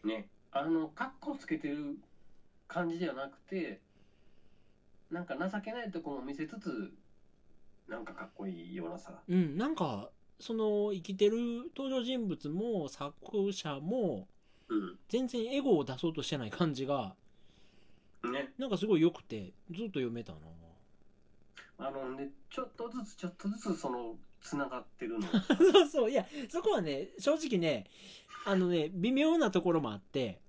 S1: ねあのカッコつけてる感じではなくてなんか情けないとこも見せつつなんかかっこいいようなさ
S2: うんなんかその生きてる登場人物も作者も
S1: う
S2: 全然エゴを出そうとしてない感じが
S1: んね
S2: なんかすごい良くてずっと読めたな
S1: あのねちょっとずつちょっとずつそのつながって るの
S2: そうそういやそこはね正直ねあのね微妙なところもあって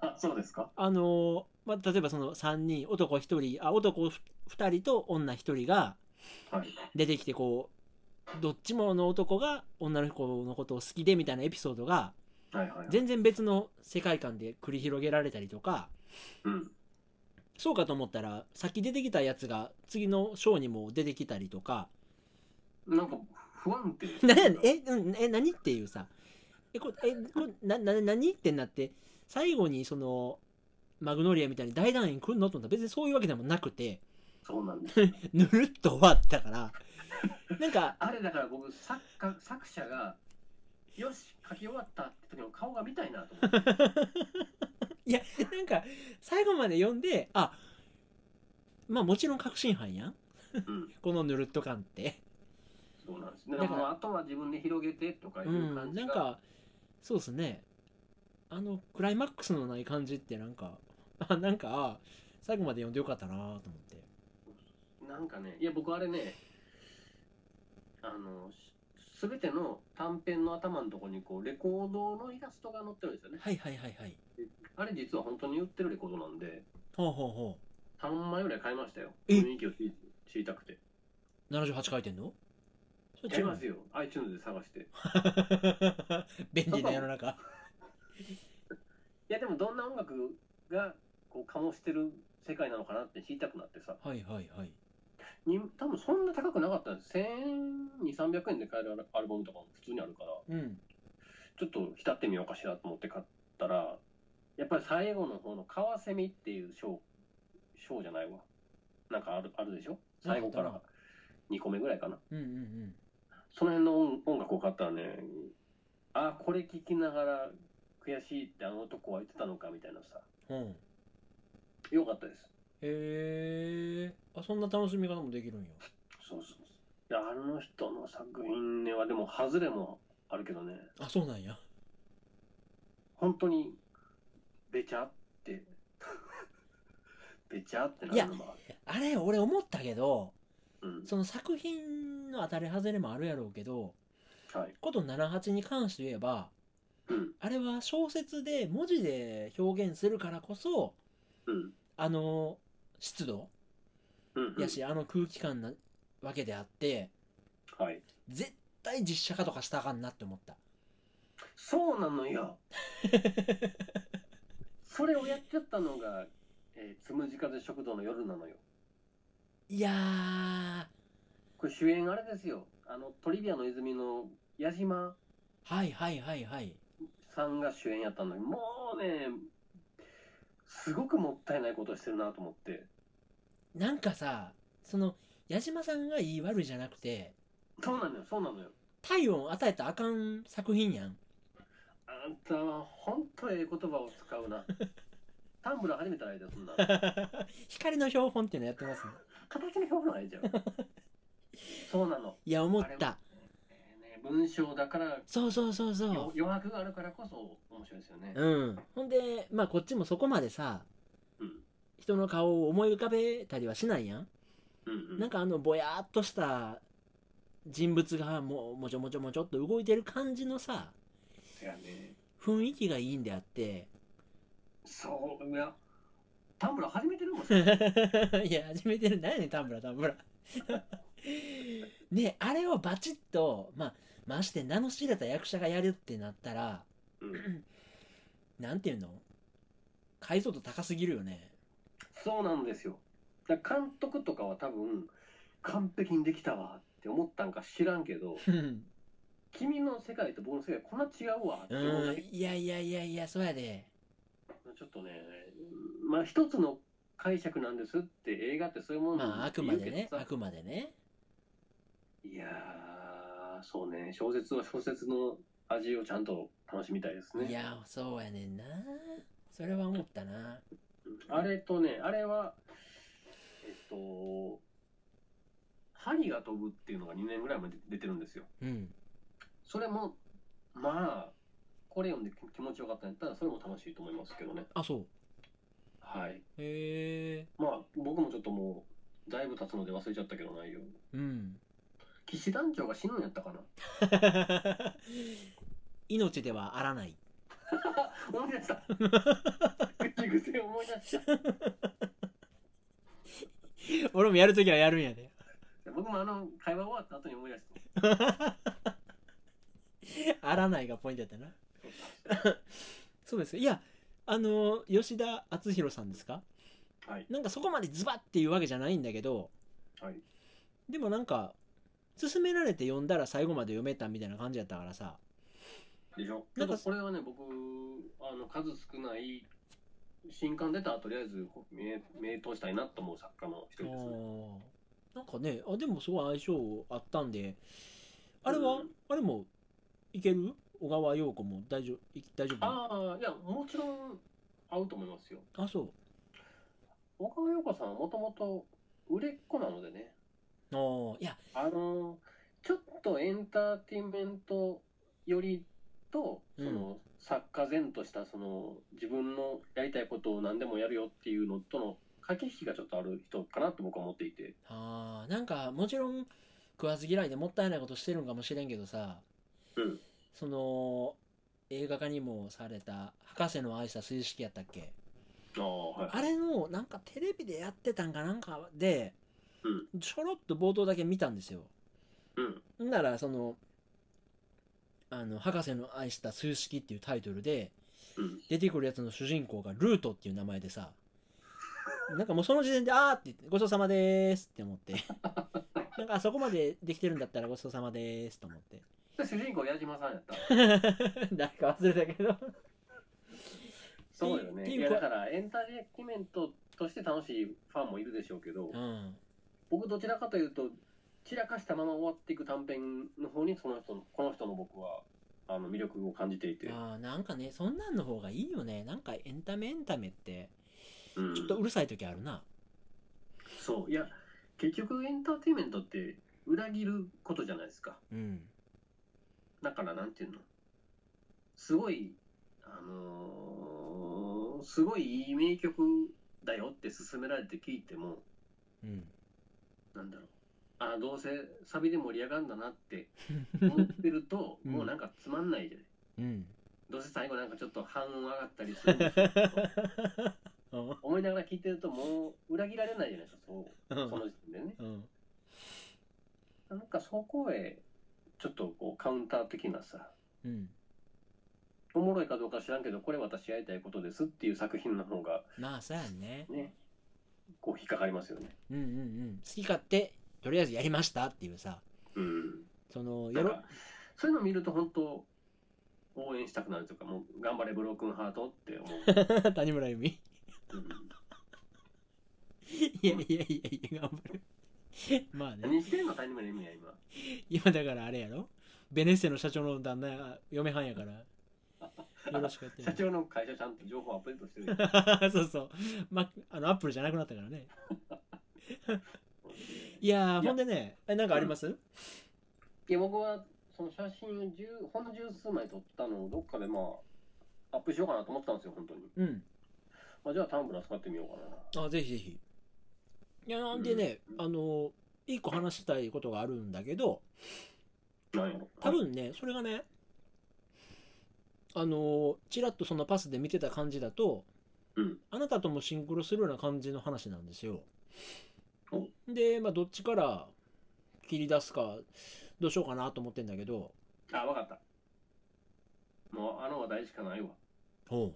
S1: あそうですか
S2: あのまあ、例えばその3人男1人あ男2人と女1人が
S1: はい
S2: 出てきてこうどっちもの男が女の子のことを好きでみたいなエピソードが
S1: はいはいはい
S2: 全然別の世界観で繰り広げられたりとか
S1: うん
S2: そうかと思ったら先出てきたやつが次の章にも出てきたりとか
S1: なんか不安定
S2: なんやねんえうんえ何っていうさえこえこなな何ってなって最後にそのマグノリアみたいに大団円来んのと思ったら別にそういうわけでもなくて
S1: そうなん です
S2: ぬるっと終わったから なんか
S1: あれだから僕作家作者がよし書き終わったって時の顔が見たいなと思 って
S2: なんか最後まで読んであまあもちろん確信犯やん
S1: うん
S2: このぬるっと感って
S1: そうなんですね
S2: だ
S1: だ
S2: か
S1: かららあとは自分で広げてとかいうう感
S2: ん
S1: じが、
S2: なんかそうですねあのクライマックスのない感じってなんか あなんかあ最後まで読んでよかったなと思って
S1: なんかねいや僕あれねあのすべての短編の頭のとこにこうレコードのイラストが載ってるんですよね
S2: はいはいはいはい
S1: あれ実は本当に売ってるレコードなんで
S2: ほうほうほ
S1: 3枚ぐらい買いましたよ
S2: え
S1: 雰囲気を知知りたくて
S2: う78回転のそ
S1: 買います
S2: よ
S1: よ iTunes で探してい
S2: 便利な世の中
S1: やでもどんな音楽がこう醸してる世界なのかなって知りたくなってさ
S2: はいはいはい
S1: に多分そんな高くなかったんです1200300円で買えるアルバムとかも普通にあるから
S2: うん
S1: ちょっと浸ってみようかしらと思って買ったら、やっぱり最後の方のカワセミっていう章、章じゃないわ。なんかあるあるでしょ最後か
S2: なんから
S1: 2個目ぐらいかな。
S2: うんうんうん
S1: その辺の音音楽を買ったらね、あ、これ聴きながら悔しいってあの男は言ってたのかみたいなさ。
S2: うん
S1: よかったです。
S2: へえあそんな楽しみ方もできるんよ
S1: そうそうそう。いや、あの人の作品にはでも、ハズレもあるけどね、
S2: あそうなんや
S1: 本当に、べちゃって、 べちゃってなるのもある。
S2: あれ俺思ったけど
S1: うん
S2: その作品の当たり外れもあるやろうけど
S1: はい。
S2: こと78に関して言えば
S1: うん。
S2: あれは小説で文字で表現するからこそ
S1: うん。
S2: あの湿度
S1: うん。
S2: やし、あの空気感なわけであって
S1: はい。
S2: 絶対実写化とかしたらあかんなって思った
S1: そうなのよ。それをやっちゃったのが、えー、つむじ風食堂の夜なのよ。
S2: いやー
S1: これ主演あれですよ。あの、トリビアの泉の矢島
S2: はいはいはいはい
S1: さんが主演やったのに、もうね、すごくもったいないことをしてるなと思って。
S2: なんかさその矢島さんが言い悪いじゃなくて
S1: そうなのよ、そうなのよ。
S2: 体温与えたらあかん作品や ん
S1: あんたは本当ええ言葉を使うな。タンブラー始めたらええじゃん、そんな。
S2: 光の標本っていうのやってますね
S1: 形に表現ないじゃん。そうなの。
S2: いや思った
S1: えーね、文章だから
S2: そうそうそうそう
S1: よ余白があるからこそ面白いですよね。
S2: うん、ほんでまあこっちもそこまでさ
S1: うん
S2: 人の顔を思い浮かべたりはしないやん、
S1: うんうん
S2: なんかあのぼやーっとした人物がもうもちょもちょもちょっと動いてる感じのさ
S1: いやね、
S2: 雰囲気がいいんであって
S1: そういやタンブラー始めてるもん
S2: いや始めてるんだよね田村田村 ねあれをバチッと、まあ、まして名の知れた役者がやるってなったら
S1: うん
S2: なんていうの解像度高すぎるよ ね
S1: そうなんですよ。だから監督とかは多分完璧にできたわって思ったんか知らんけど、
S2: うん
S1: 君の世界と僕の世界こんな違うわって思う
S2: う
S1: だ
S2: ん
S1: け
S2: いやいやいやいやそうやで
S1: ちょっとねまあ一つの解釈なんですって映画ってそういうもんなん
S2: まああ
S1: って
S2: く
S1: 言
S2: ま
S1: う
S2: で
S1: けど
S2: ね
S1: さ
S2: あくまでね
S1: いやーそうね小説は小説の味をちゃんと楽しみたいですね
S2: いやそうやねんなそれは思ったな
S1: あれとね、あれは、えっと、針が飛ぶっていうのが2年ぐらい前に出てるんですよ。
S2: うん
S1: それも、まあ、これ読んで気持ちよかったんやったら、それも楽しいと思いますけどね。
S2: あそう
S1: はい。
S2: へえ
S1: まあ、僕もちょっともう、だいぶ経つので忘れちゃったけど内容。
S2: うん
S1: 騎士団長が死ぬんやったかな。
S2: 命ではあらない
S1: 思い出 した。口癖思い出した。
S2: 俺もやるときはやるんやで、
S1: 僕もあの、会話終わった後に思い出した。
S2: あらないがポイントやったな そうですかいやあの吉田篤弘さんですか
S1: はい。
S2: なんかそこまでズバッっていうわけじゃないんだけど
S1: はい。
S2: でもなんか勧められて読んだら最後まで読めたみたいな感じやったからさ
S1: でしょち
S2: な
S1: ょ
S2: ん
S1: っ
S2: か
S1: とこれはね、僕、あの数少ない新刊出たらとりあえず名名刀したいなと思う作家の一人ですね。
S2: あーなんかねあでもすごい相性あったんであれは、
S1: うん
S2: あれもいける小川陽子も大丈夫い大丈夫あ
S1: ああ、いや、もちろん合うと思いますよ。
S2: そう
S1: 小川洋子さんはもともと売れっ子なのでね、
S2: あーいや
S1: あの、ちょっとエンターテインメントよりと、その、作家前とした、その、自分のやりたいことを何でもやるよっていうのとの駆け引きがちょっとある人かなと僕は思っていて。
S2: あーなんかもちろん食わず嫌いでもったいないことしてるんかもしれんけどさ
S1: うん。
S2: その映画化にもされた「博士の愛した水式」やったっけ
S1: ああ、はい。
S2: あれのなんかテレビでやってたんかなんかで、
S1: う
S2: ちょろっと冒頭だけ見たんですよ
S1: うん。
S2: んならその「あの博士の愛した数式」っていうタイトルで
S1: うん。
S2: 出てくるやつの主人公がルートっていう名前でさなんかもうその時点で「あー」って言って「ごちそうさまでーす」って 思ってなんかあそこまでできてるんだったらごちそうさまでーすと思 って
S1: で主人公矢島さんや った。
S2: 誰か忘れたけど
S1: そうよね。
S2: ピン
S1: い
S2: ピン
S1: や
S2: コ
S1: だからエンターテインメントとして楽しいファンもいるでしょうけど
S2: う、ん
S1: 僕どちらかというと散らかしたまま終わっていく短編の方にその人のこの人の僕はあの魅力を感じていて、
S2: あーなんかねそんなんの方がいいよねなんかエンタメエンタメって
S1: うん
S2: ちょっとうるさい時あるな
S1: そういや結局エンターテインメントって裏切ることじゃないですか。
S2: うん
S1: だからなんていうのすごいあのーすごいいい名曲だよって勧められて聞いても。
S2: うん
S1: なんだろうあどうせサビで盛り上がるんだな って思ってると、
S2: うん
S1: もうなんかつまんないじゃない
S2: うん
S1: どうせ最後なんかちょっと半音上がったりするんでしょうけど
S2: うん
S1: 思いながら聞いてるともう裏切られないじゃないですかそう
S2: う
S1: そ
S2: ん
S1: の時点でね
S2: うん
S1: なんかそこへちょっとこうカウンター的なさ
S2: うん
S1: おもろいかどうか知らんけどこれ私やりたいことですっていう作品の方が
S2: まあそうやんね
S1: ねこう引っかかりますよね
S2: うんうんうん好き勝手とりあえずやりましたっていうさ
S1: うん
S2: その
S1: な
S2: や
S1: ん
S2: ろ
S1: かそういうの見ると本当応援したくなるというかもう頑張れブロークンハートって思う、
S2: 谷村由美
S1: うん
S2: いやいやいやいや頑張るまあね
S1: 何してんの谷村由美は今
S2: 今だからあれやろベネッセの社長の旦那が嫁はんやからよろしくやって
S1: 社
S2: ね
S1: 長の会社ちゃんと情報アップデートしてる よ
S2: そうそう、ま、あのアップルじゃなくなったからねいやーほんでねえなんかあります、
S1: いや僕はその写真を十ほんの十数枚撮ったのをどっかでまあアップしようかなと思ってたんですよ本当に、
S2: うん
S1: まあ、じゃあタンブラー使ってみようかな
S2: あぜひぜひいやなんでね、あの一個話したいことがあるんだけど
S1: 何やろ
S2: 多分ねそれがねあのちらっとそのパスで見てた感じだと
S1: うん
S2: あなたともシンクロするような感じの話なんですよ
S1: お
S2: でまあどっちから切り出すかどうしようかなと思ってんだけど
S1: あわかったもうあの話題しかないわ
S2: おう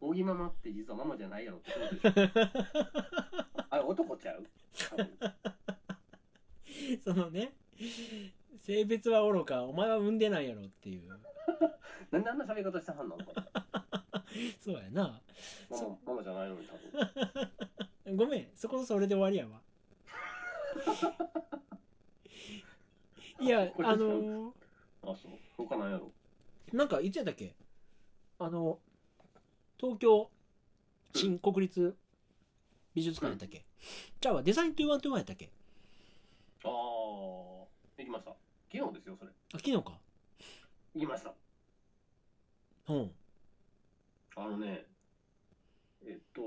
S1: 小木ママって実はママじゃないやろってこ とでしょあれ男ちゃう多分
S2: そのね性別は愚かお前は産んでないやろっていう
S1: なんであんな喋り方してはんのかな
S2: そうやな
S1: マ
S2: そ
S1: マママじゃないのに多分
S2: ごめんそこそれで終わりや わいや
S1: これ
S2: あの
S1: あそう他なんやろ
S2: なんかいつやったっけあの東京新国立美術館やったっけ、じゃあわデザイン2121やったっけ
S1: ああできました昨日ですよそれ
S2: あ昨日か
S1: 言いました
S2: うん
S1: あのねえっと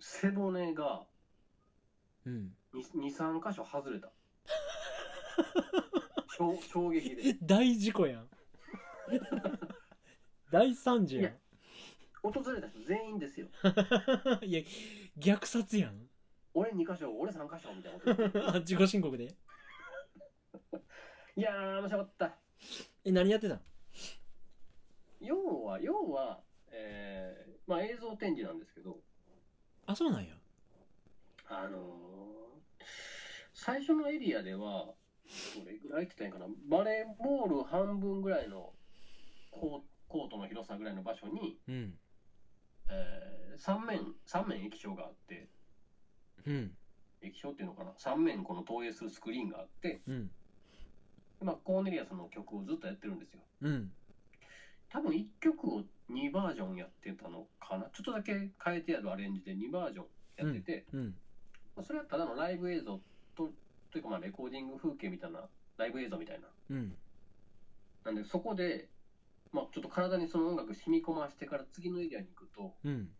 S1: 背骨が
S2: うん
S1: 23箇所外れた衝衝撃 で
S2: 大事故やん大惨事やん
S1: 訪れた人全員ですよ
S2: いや虐殺やん
S1: 俺2箇所俺3箇所みたいなこと言って
S2: 自己申告で
S1: いやー面白かった
S2: え何やってたの
S1: 要は要は、えーまあ、映像展示なんですけど、
S2: あそうなんや
S1: あのー最初のエリアではどれぐらいって言ったらいいんかなバレーボール半分ぐらいのコーコートの広さぐらいの場所に、
S2: うん
S1: え3面三面液晶があって
S2: うん
S1: 液晶っていうのかな3面この投影するスクリーンがあって、
S2: うん
S1: まあ、コーネリアスの曲をずっとやってるんですよ
S2: うん
S1: 多分1曲を2バージョンやってたのかなちょっとだけ変えてやるアレンジで2バージョンやってて、
S2: うん
S1: まあそれはただのライブ映像とというかまあレコーディング風景みたいなライブ映像みたいな
S2: うん
S1: なんでそこで、まあ、ちょっと体にその音楽染み込ましてから次のエリアに行くと、
S2: うん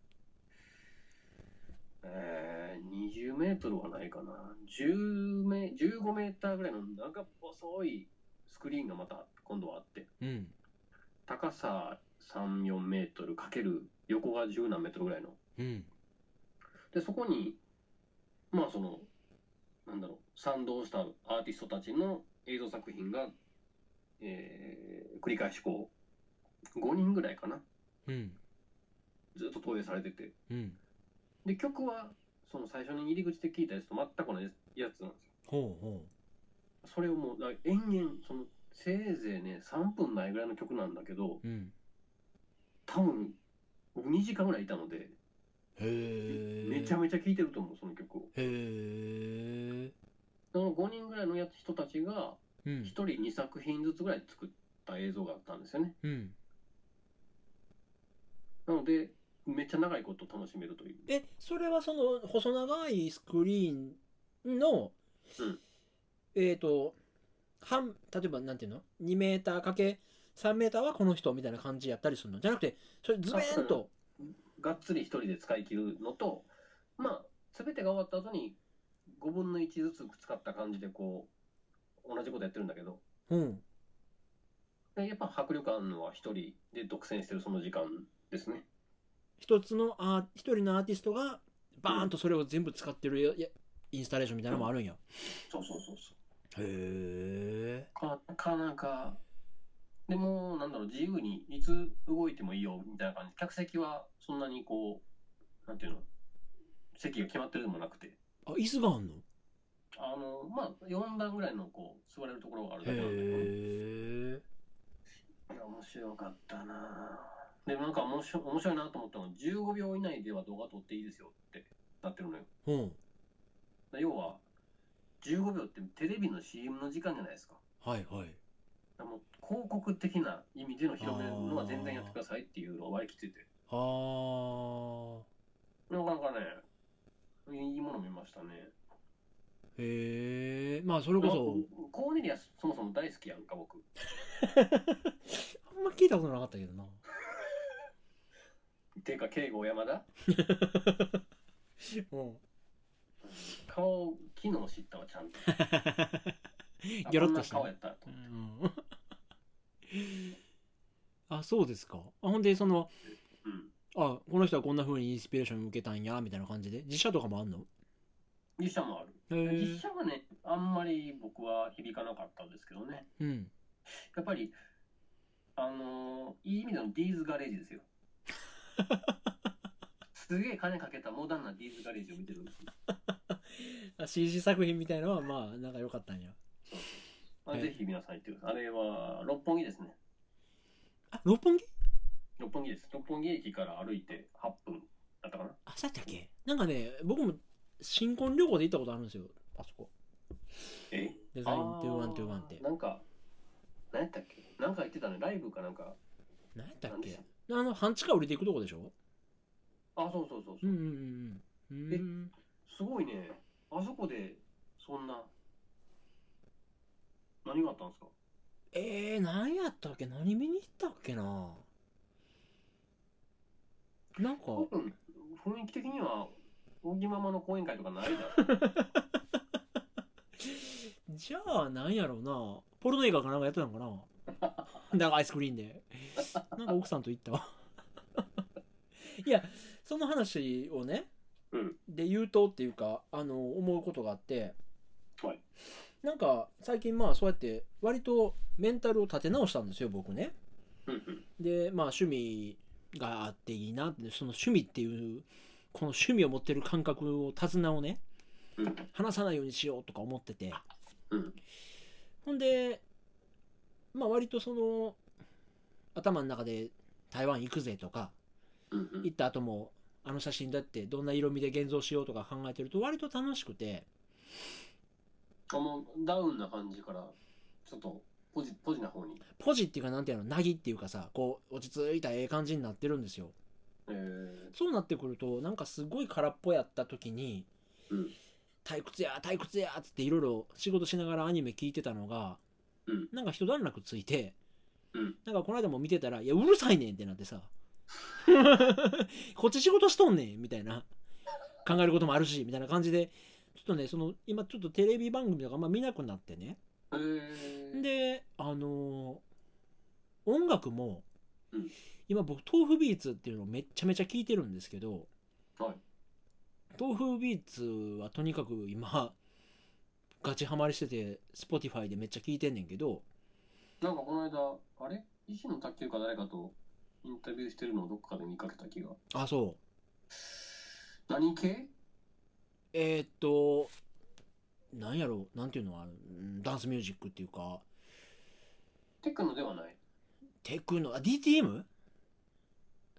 S1: えー、20メートルはないかな10メ15メーターぐらいの長細いスクリーンがまた今度はあって
S2: うん
S1: 高さ34メートルかける横が10何メートルぐらいの
S2: うん
S1: でそこにまあそのなんだろう賛同したアーティストたちの映像作品が、えー繰り返しこう5人ぐらいかな
S2: うん
S1: ずっと投影されてて
S2: うん
S1: で曲はその最初に入り口で聞いたやつと全く同じやつなんですよ
S2: ほうほ
S1: それをもうだから延々そのせいぜいね3分ないぐらいの曲なんだけど
S2: ううん
S1: 多分僕2時間ぐらいいたので
S2: へえ
S1: めちゃめちゃ聴いてると思うその曲を
S2: へえ
S1: その5人ぐらいのやつ人たちが
S2: うん
S1: 1人2作品ずつぐらい作った映像があったんですよね
S2: うん
S1: なのでめっちゃ長いこと楽しめるという
S2: えそれはその細長いスクリーンの、
S1: うん
S2: えっ、と半例えばなんていうの2メーターかけ3メーターはこの人みたいな感じやったりするのじゃなくてそれズベーンと
S1: がっつり1人で使い切るのとまあ全てが終わった後に5分の1ずつ使った感じでこう同じことやってるんだけど
S2: うん
S1: でやっぱ迫力あるのは一人で独占してるその時間ですね。
S2: 一つのあ一人のアーティストがバーンとそれを全部使ってるややインスタレーションみたいなのもあるんや、
S1: そうそうそうそ
S2: へえ
S1: う。か、かなんか、でも、なんだろう、自由にいつ動いてもいいよみたいな感じ。客席はそんなにこう、なんていうの、席が決まってるでもなくて、
S2: あ椅子があんの
S1: あの、まあ、4段ぐらいのこう、座れるところがあるだけなんだけど、い
S2: へえ
S1: や、面白かったなぁでもなんか面白面白いなと思ったのは、15秒以内では動画撮っていいですよってなってるのよ。
S2: うん
S1: だ要は、15秒ってテレビの CM の時間じゃないですか。
S2: はいはい
S1: あの広告的な意味での広めるのは全然やってくださいっていうのを割り切ってて、
S2: あー
S1: なかなかね、いいもの見ましたね。
S2: へえまあそれこそ
S1: まあコーネリアス、そもそも大好きやんか、僕。
S2: あんま聞いたことなかったけどな。
S1: っていうか、敬吾山田
S2: うん。
S1: 顔、昨日知ったわ、ちゃんと。あ
S2: ギョロッとし
S1: こ
S2: た
S1: んな顔やったと
S2: う
S1: 思って。
S2: ん。あ、そうですか。あほんで、その、
S1: うん。
S2: あ、この人はこんな風にインスピレーション受けたんや、みたいな感じで。実写とかもあんの
S1: 実写もある。
S2: へ
S1: 実
S2: え。
S1: 写はね、あんまり僕は響かなかったんですけどね。
S2: うん。
S1: やっぱり、あのーいい意味でのディーズガレージ ですよ。すげえ金かけたモダンなディーズガレージを見てるんですよ
S2: あ CG 作品みたいのは、まあ、なんか良かったんや。
S1: そうあ
S2: え
S1: ぜひ皆さん行ってください。あれは六本木ですね。
S2: あ、六本木
S1: 六本木です。六本木駅から歩いて8分だったかな。
S2: あ、そうやったっけなんかね、僕も新婚旅行で行ったことあるんですよ。あそこ。
S1: え
S2: デザイン2121って
S1: あー。なんか、何やったっけなんか言ってたね。ライブかなんか。
S2: 何やったっ
S1: なんでし
S2: け
S1: た
S2: あの、半地下降りていくとこでしょ
S1: あ、そうそうそう
S2: う
S1: そう、
S2: んうんうんうん。うーん。
S1: すごいね。あそこで、そんな。何があったんですか
S2: えー、何やったっけ何見に行ったっけななんか、
S1: 多分、雰囲気的には、大木ママの講演会とかないだろ う。
S2: じゃあ何やろうなポルノ映画かなんかやってたのか ななんかアイスクリーンで。なんか奥さんと行ったわ。 いや、その話をね、
S1: うん
S2: で言うとっていうか、あの、思うことがあって、
S1: はい
S2: なんか最近まあそうやって割とメンタルを立て直したんですよ、僕ね。
S1: うんうん
S2: でまあ趣味があっていいなってその趣味っていうこの趣味を持ってる感覚を手綱をね
S1: うん
S2: 話さないようにしようとか思ってて
S1: うん
S2: ほんでまあ割とその頭の中で台湾行くぜとか
S1: うんうん
S2: 行った後もあの写真だってどんな色味で現像しようとか考えてると割と楽しくて
S1: あもうダウンな感じから、ちょっとポジ、ポジな方に。
S2: ポジっていうかなんていうのなぎっていうかさこう落ち着いたええ感じになってるんですよ
S1: えー、
S2: そうなってくるとなんかすごい空っぽやった時に、
S1: うん
S2: 退屈や退屈やっつっていろいろ仕事しながらアニメ聞いてたのが、
S1: うん
S2: なんか一段落ついて、
S1: うん
S2: なんかこの間も見てたら「いやうるさいねん」ってなってさ「こっち仕事しとんねん」みたいな考えることもあるしみたいな感じでちょっとねその今ちょっとテレビ番組とかあんま見なくなってね
S1: えー、
S2: であのー音楽も、
S1: うん
S2: 今僕豆腐ビーツっていうのをめっちゃめちゃ聞いてるんですけど、
S1: はい
S2: 豆腐ビーツはとにかく今ガチハマりしてて Spotify でめっちゃ聞いてんねんけど
S1: なんかこの間、あれ石野卓球か誰かとインタビューしてるのをどっかで見かけた気が。
S2: あそう
S1: 何系
S2: えーっとなんやろうなんていうのはダンスミュージックっていうか
S1: テクノではない。
S2: テクノあ DTM?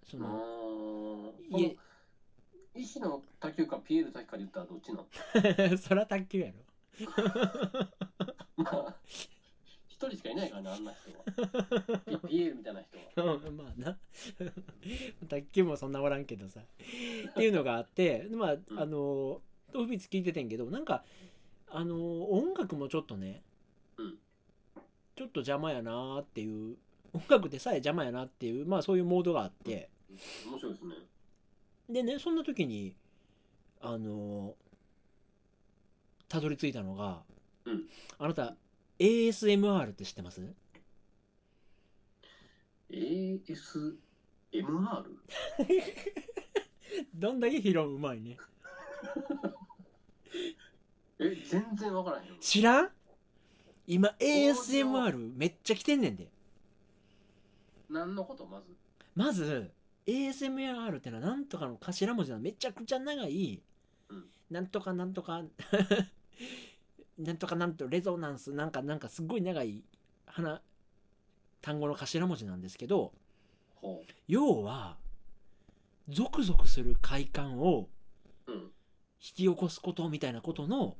S2: そ
S1: あー
S2: の
S1: そ
S2: い
S1: の石野卓球かピエール卓球かで言ったらどっちなの
S2: え そら卓球やろ
S1: まあ、一人しかいないからね、あんな人は。ピピエールみたいな人は。
S2: うんまあな 卓球もそんなおらんけどさっていうのがあってまあ
S1: ん
S2: あの豆腐ビーツ聞いててんけどなんかあの音楽もちょっとね、
S1: うん
S2: ちょっと邪魔やなーっていう音楽でさえ邪魔やなっていうまあそういうモードがあって
S1: 面白いですね。
S2: でねそんな時にあのたどり着いたのが、
S1: うん
S2: あなた ASMR って知ってます
S1: ASMR?
S2: どんだけ拾ううまいね
S1: え、全然わからへんよ。
S2: 知らん今
S1: ー
S2: ASMR めっちゃ来てんねんで
S1: 何のことまず。
S2: まず ASMR ってのはなんとかの頭文字なのめちゃくちゃ長い、
S1: うん
S2: なんとかなんとか なんとかなんとレゾナンスなんかなんかすっごい長い花単語の頭文字なんですけど
S1: ほ
S2: 要はゾクゾクする快感を
S1: う。うん。
S2: 引き起こすことみたいなことの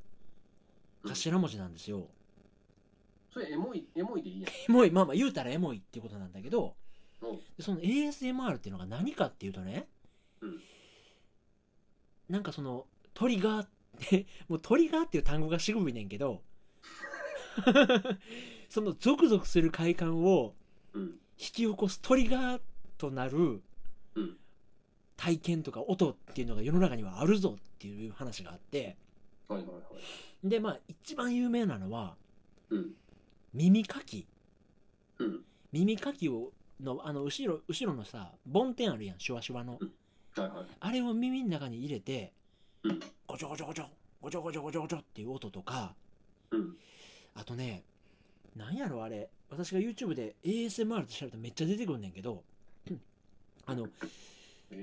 S2: 頭文字なんですよ。
S1: それエモい、エモいでいいやん。
S2: エモいまあまあ言うたらエモいっていうことなんだけど、
S1: うん
S2: でその ASMR っていうのが何かっていうとね、
S1: うん
S2: なんかそのトリガーって もうトリガーっていう単語がしぐみねんけど そのゾクゾクする快感を
S1: うん。
S2: 引き起こすトリガーとなる
S1: うん
S2: 体験とか音っていうのが世の中にはあるぞっていう話があって
S1: はいはいはい。
S2: でまあ一番有名なのは
S1: うん。
S2: 耳かき
S1: うん。
S2: 耳かきをのあの後ろ後ろのさ梵天あるやんシュワシュワの
S1: はいはい。
S2: あれを耳の中に入れて
S1: うん。
S2: ゴチョゴチョゴチョゴチョゴチョゴチョゴチョっていう音とか
S1: うん。
S2: あとねなんやろあれ私が YouTube で ASMR って調べたらめっちゃ出てくるねんけどあの
S1: ASMR。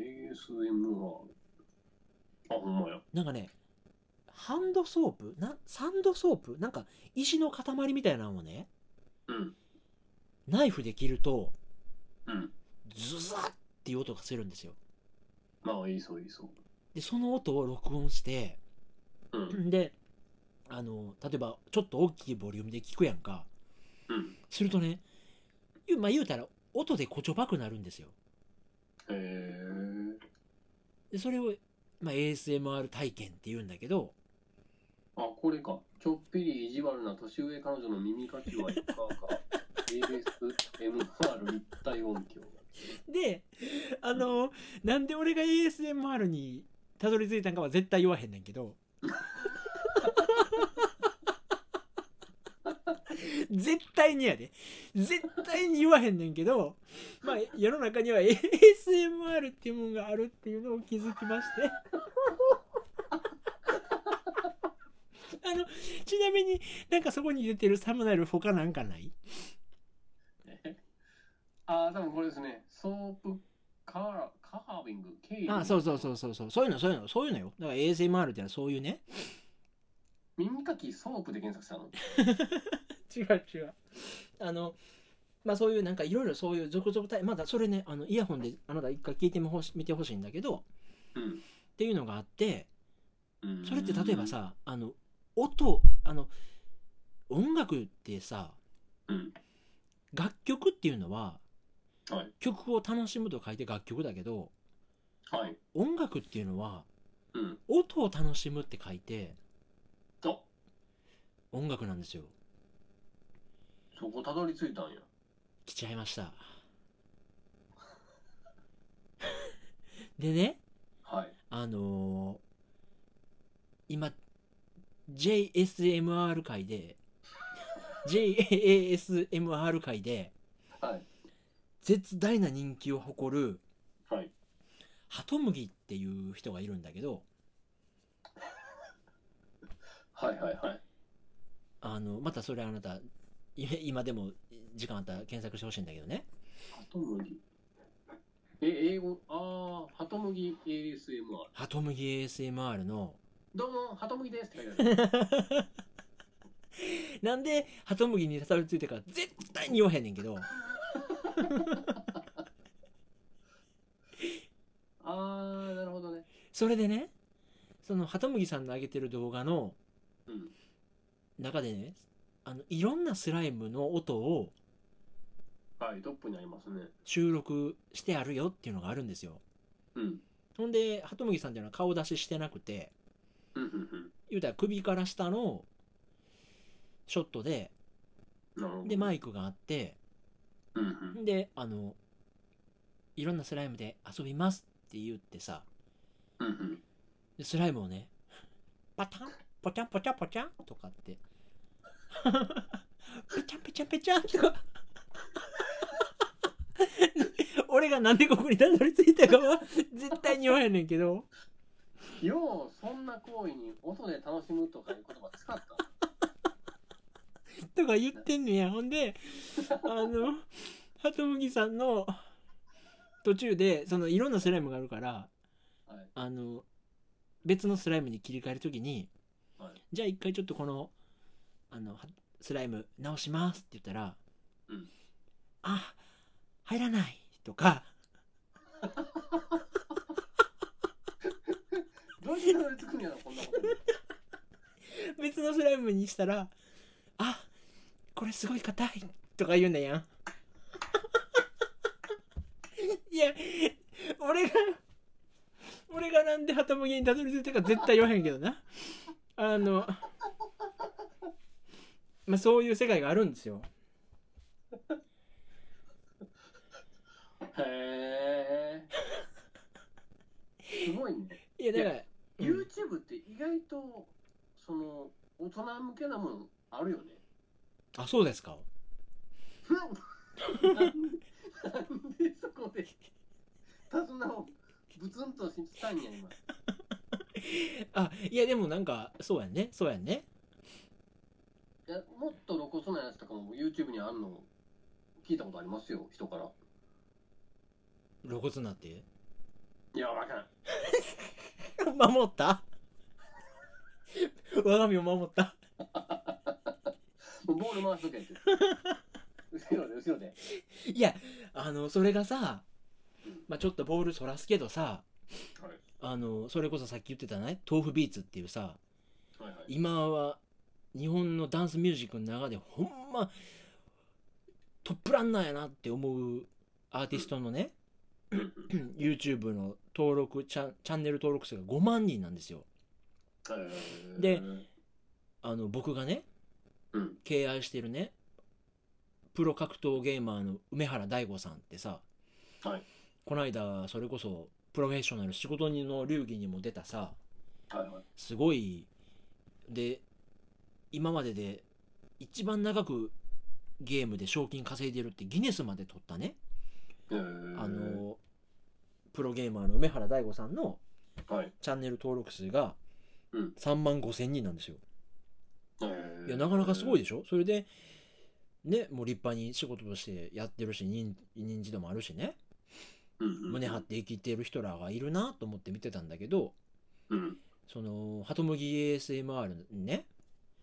S1: あ、ほんまや。
S2: なんかねハンドソープなサンドソープなんか石の塊みたいなのをね
S1: うん。
S2: ナイフで切ると
S1: うん。
S2: ズザッっていう音がするんですよ
S1: まあ、いいそう、いいそう。
S2: でその音を録音して
S1: うん。
S2: であの例えばちょっと大きいボリュームで聞くやんか
S1: うん。
S2: するとね言うまあ言うたら音でこちょばくなるんですよ
S1: へえ。
S2: でそれを、まあ、ASMR 体験って言うんだけど
S1: あ、これか。ちょっぴり意地悪な年上彼女の耳かきはいかが ?ASMR 立体音響。
S2: であのなんで俺が ASMR にたどり着いたんかは絶対言わへんねんけど絶対にやで絶対に言わへんねんけど、まあ、世の中には ASMR っていうもんがあるっていうのを気づきましてあのちなみになんかそこに出てるサムネイル他なんかない
S1: えあー、多分これですね。ソープカー、カービング、ケイリング
S2: あそうそうそうそうそうそういうのそういうのそういうのよだから ASMR ってのはそういうね
S1: 耳かきソープで検索したの
S2: 違う違うあのまあそういうなんかいろいろそういう続々体まだそれねあのイヤホンであなた一回聞いてみほし見てほしいんだけど
S1: うん
S2: っていうのがあって
S1: うん。
S2: それって例えば、さあの音あの音楽ってさ
S1: うん。
S2: 楽曲っていうのは、
S1: はい
S2: 曲を楽しむと書いて楽曲だけど
S1: はい。
S2: 音楽っていうのは
S1: うん。
S2: 音を楽しむって書いて
S1: と、
S2: 音楽なんですよ
S1: そこたどり着いたんや。
S2: 来ちゃいました でね
S1: はい。
S2: あのー今 JSMR 界で JASMR 界で
S1: はい。
S2: 絶大な人気を誇る
S1: はい。
S2: ハトムギっていう人がいるんだけど
S1: はいはいはい。
S2: あのまたそれあなたい今でも時間あったら検索してほしいんだけどね
S1: ハトムギ。え、英語、ああ、ハトムギ ASMR。
S2: ハトムギ ASMR の
S1: どうも、ハトムギですって書いてある。
S2: なんでハトムギにたどり着いたか絶対に言わへんねんけど
S1: ああ、なるほどね。
S2: それでねそのハトムギさんの上げてる動画の
S1: うん。
S2: 中でねあのいろんなスライムの音を
S1: はい、トップにありますね。
S2: 収録してあるよっていうのがあるんですよ
S1: うん。
S2: ほんでハトムギさんっていうのは顔出ししてなくて
S1: うんうん
S2: 言うたら首から下のショットで
S1: うん。なるほど。
S2: でマイクがあって
S1: うんうん。
S2: であのいろんなスライムで遊びますって言ってさ
S1: うんうん。
S2: でスライムをねパタンポチャンポチャンポチャンとかって ペチャンペチャンペチャンとか 俺がなんでここにたどり着いたかは絶対に言わへんねんけど
S1: よう、そんな行為に音で楽しむとかいう言葉使ったな。
S2: とか言ってんねやほんであのハトムギさんの途中でそのいろんなスライムがあるから
S1: はい。
S2: あの別のスライムに切り替える時に
S1: はい。
S2: じゃあ一回ちょっとこのあのはスライム直しますって言ったら「
S1: うん
S2: あ入らない」とか
S1: どうしてたどり着くんやろ、こんなことに。
S2: 別のスライムにしたら「あこれすごい硬い」とか言うねんやん。 いや俺が俺がなんでハトムギにたどり着いたか絶対言わへんけどな。あのまあそういう世界があるんですよ。
S1: へえ。すごいね。
S2: いやだから、うん
S1: YouTube って意外とその大人向けなものあるよね。
S2: あそうですか
S1: なんでなんでそこで手綱をブツンとしたんや今。
S2: あいやでもなんかそうやんねそうやんね
S1: いやもっと露骨なやつとかも YouTube にあるの聞いたことありますよ人から。
S2: 露骨になって
S1: いやわからん。
S2: 守った 我が身を守った。
S1: もうボール回しとけって。後ろで、後ろで。
S2: いや、あの、それがさ、まあ、ちょっとボールそらすけどさ、
S1: はい。
S2: あの、それこそさっき言ってたね、豆腐ビーツっていうさ、
S1: はいはい。
S2: 今は日本のダンスミュージックの中でほんまトップランナーやなって思うアーティストのね、
S1: うんうん
S2: YouTube の登録チャンチャンネル登録数が5万人なんですよであの僕がね
S1: うん。
S2: 敬愛してるねプロ格闘ゲーマーの梅原大吾さんってさ、
S1: はい
S2: こないだそれこそプロフェッショナル仕事人の流儀にも出たさ
S1: はいはい。
S2: すごいで今までで一番長くゲームで賞金稼いでるってギネスまで取ったね、
S1: えー
S2: あ、のプロゲーマーの梅原大吾さんの
S1: はい。
S2: チャンネル登録数が
S1: うん
S2: 3万5千人なんですよ、
S1: えー
S2: いやなかなかすごいでしょそれでねもう立派に仕事としてやってるし認認知度もあるしね
S1: うんうん
S2: 胸張って生きてる人らがいるなと思って見てたんだけど
S1: うん
S2: そのハトムギ ASMR ね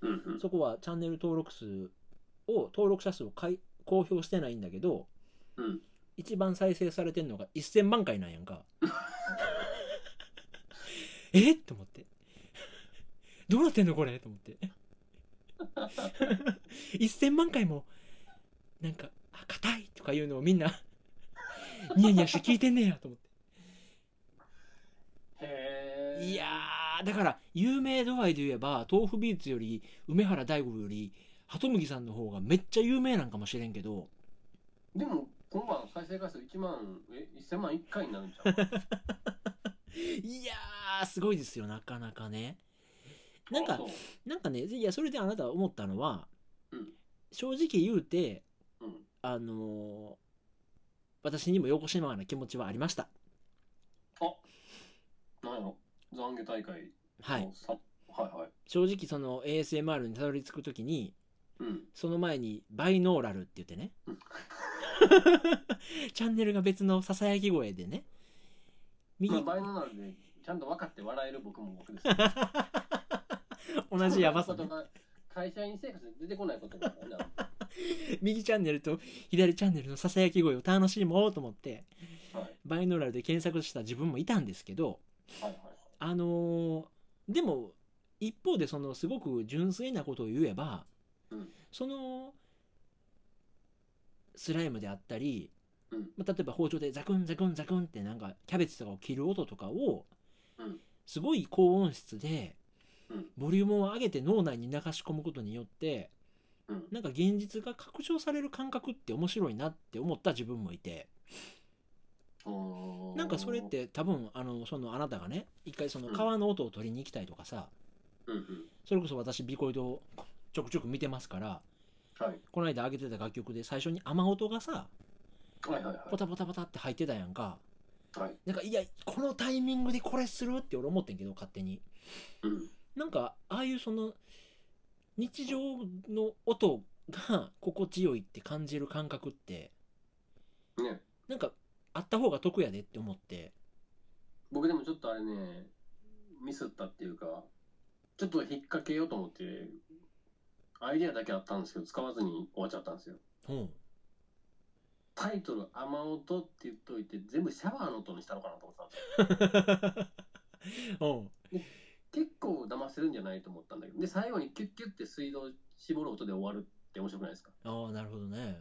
S1: うんうん。
S2: そこはチャンネル登録数を登録者数をかい公表してないんだけど、
S1: うん
S2: 一番再生されてんのが1000万回なんやんか えっと思ってどうなってんのこれと思って1000万回もなんか「あ硬い」とかいうのをみんなニヤニヤして聞いてんねやと思って
S1: へー
S2: いやーだから有名度合いで言えば豆腐ビーツより梅原大吾より鳩麦さんの方がめっちゃ有名なんかもしれんけど
S1: でも今晩再生回数1万え1000万1回になるんちゃう
S2: いやーすごいですよなかなかねなん
S1: あ
S2: か
S1: そう
S2: なんかねいやそれであなたは思ったのは、
S1: うん
S2: 正直言うて
S1: うん
S2: あのー私にも横島な気持ちはありました
S1: なんやろ懺悔大会
S2: はい
S1: のさはいはい
S2: 正直その ASMR にたどり着く時に
S1: うん
S2: その前にバイノーラルって言ってね
S1: うん
S2: チャンネルが別のささやき声でね右、
S1: まあ倍のなるでちゃんと分かって笑える僕も僕です
S2: 同じやば
S1: そ
S2: さ、ね
S1: ん、なことが会社員生活で出てこないことだからな
S2: 右チャンネルと左チャンネルのささやき声を楽しもうと思って
S1: はい
S2: バイノーラルで検索した自分もいたんですけど
S1: はいはい
S2: あのーでも一方でそのすごく純粋なことを言えば、
S1: うん
S2: そのスライムであったり、
S1: うん
S2: まあ、例えば包丁でザクンザクンザクンってなんかキャベツとかを切る音とかを、
S1: うん
S2: すごい高音質で、
S1: うん
S2: ボリュームを上げて脳内に流し込むことによって
S1: うん
S2: なんか現実が拡張される感覚って面白いなって思った自分もいて。
S1: おー
S2: なんかそれって多分あのそのあなたがね一回その
S1: うん
S2: 川の音を取りに行きたいとかさ、
S1: うんうん
S2: それこそ私ビコイドをちょくちょく見てますから
S1: はい
S2: この間上げてた楽曲で最初に雨音がさ
S1: はいはい
S2: ポタポタポタって入ってたやんか
S1: はいはい
S2: なんかいやこのタイミングでこれするって俺思ってんけど勝手に
S1: うん
S2: なんかああいうその日常の音が心地よいって感じる感覚って
S1: ね
S2: なんかあった方が得やでって思って
S1: 僕でもちょっとあれねミスったっていうかちょっと引っ掛けようと思ってアイデアだけあったんですけど使わずに終わっちゃったんですよ
S2: うん
S1: タイトル「雨音」って言っといて全部シャワーの音にしたのかなと思ったんですよ
S2: うん
S1: 結構騙せるんじゃないと思ったんだけどで最後にキュッキュッて水道絞る音で終わるって面白くないですか
S2: ああなるほどね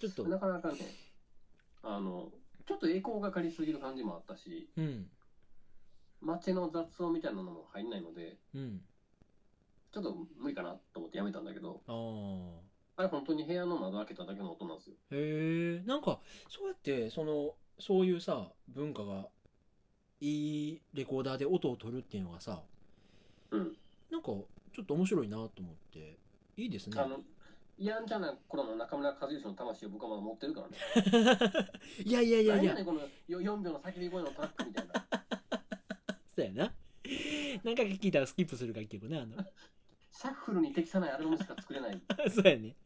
S2: ちょっと
S1: なかなかねあのちょっと栄光がかりすぎる感じもあったし
S2: うん
S1: 街の雑音みたいなのも入んないので
S2: うん
S1: ちょっと無理かなと思ってやめたんだけど
S2: ああ
S1: あれ本当に部屋の窓開けただけの音なんですよ
S2: へえなんかそうやってそのそういうさ文化がいいレコーダーで音を取るっていうのがさ
S1: うん
S2: なんかちょっと面白いなと思っていいですね
S1: あのやんちゃな頃の中村和義の魂を僕はまだ持ってるからね
S2: いやいやい
S1: い
S2: やいや
S1: ねこのよ4秒の叫び声のトラックみたいな
S2: そうやな何回か聞いたらスキップする楽曲ねあの
S1: シャッフルに適さないアルバムしか作れない。
S2: そうやね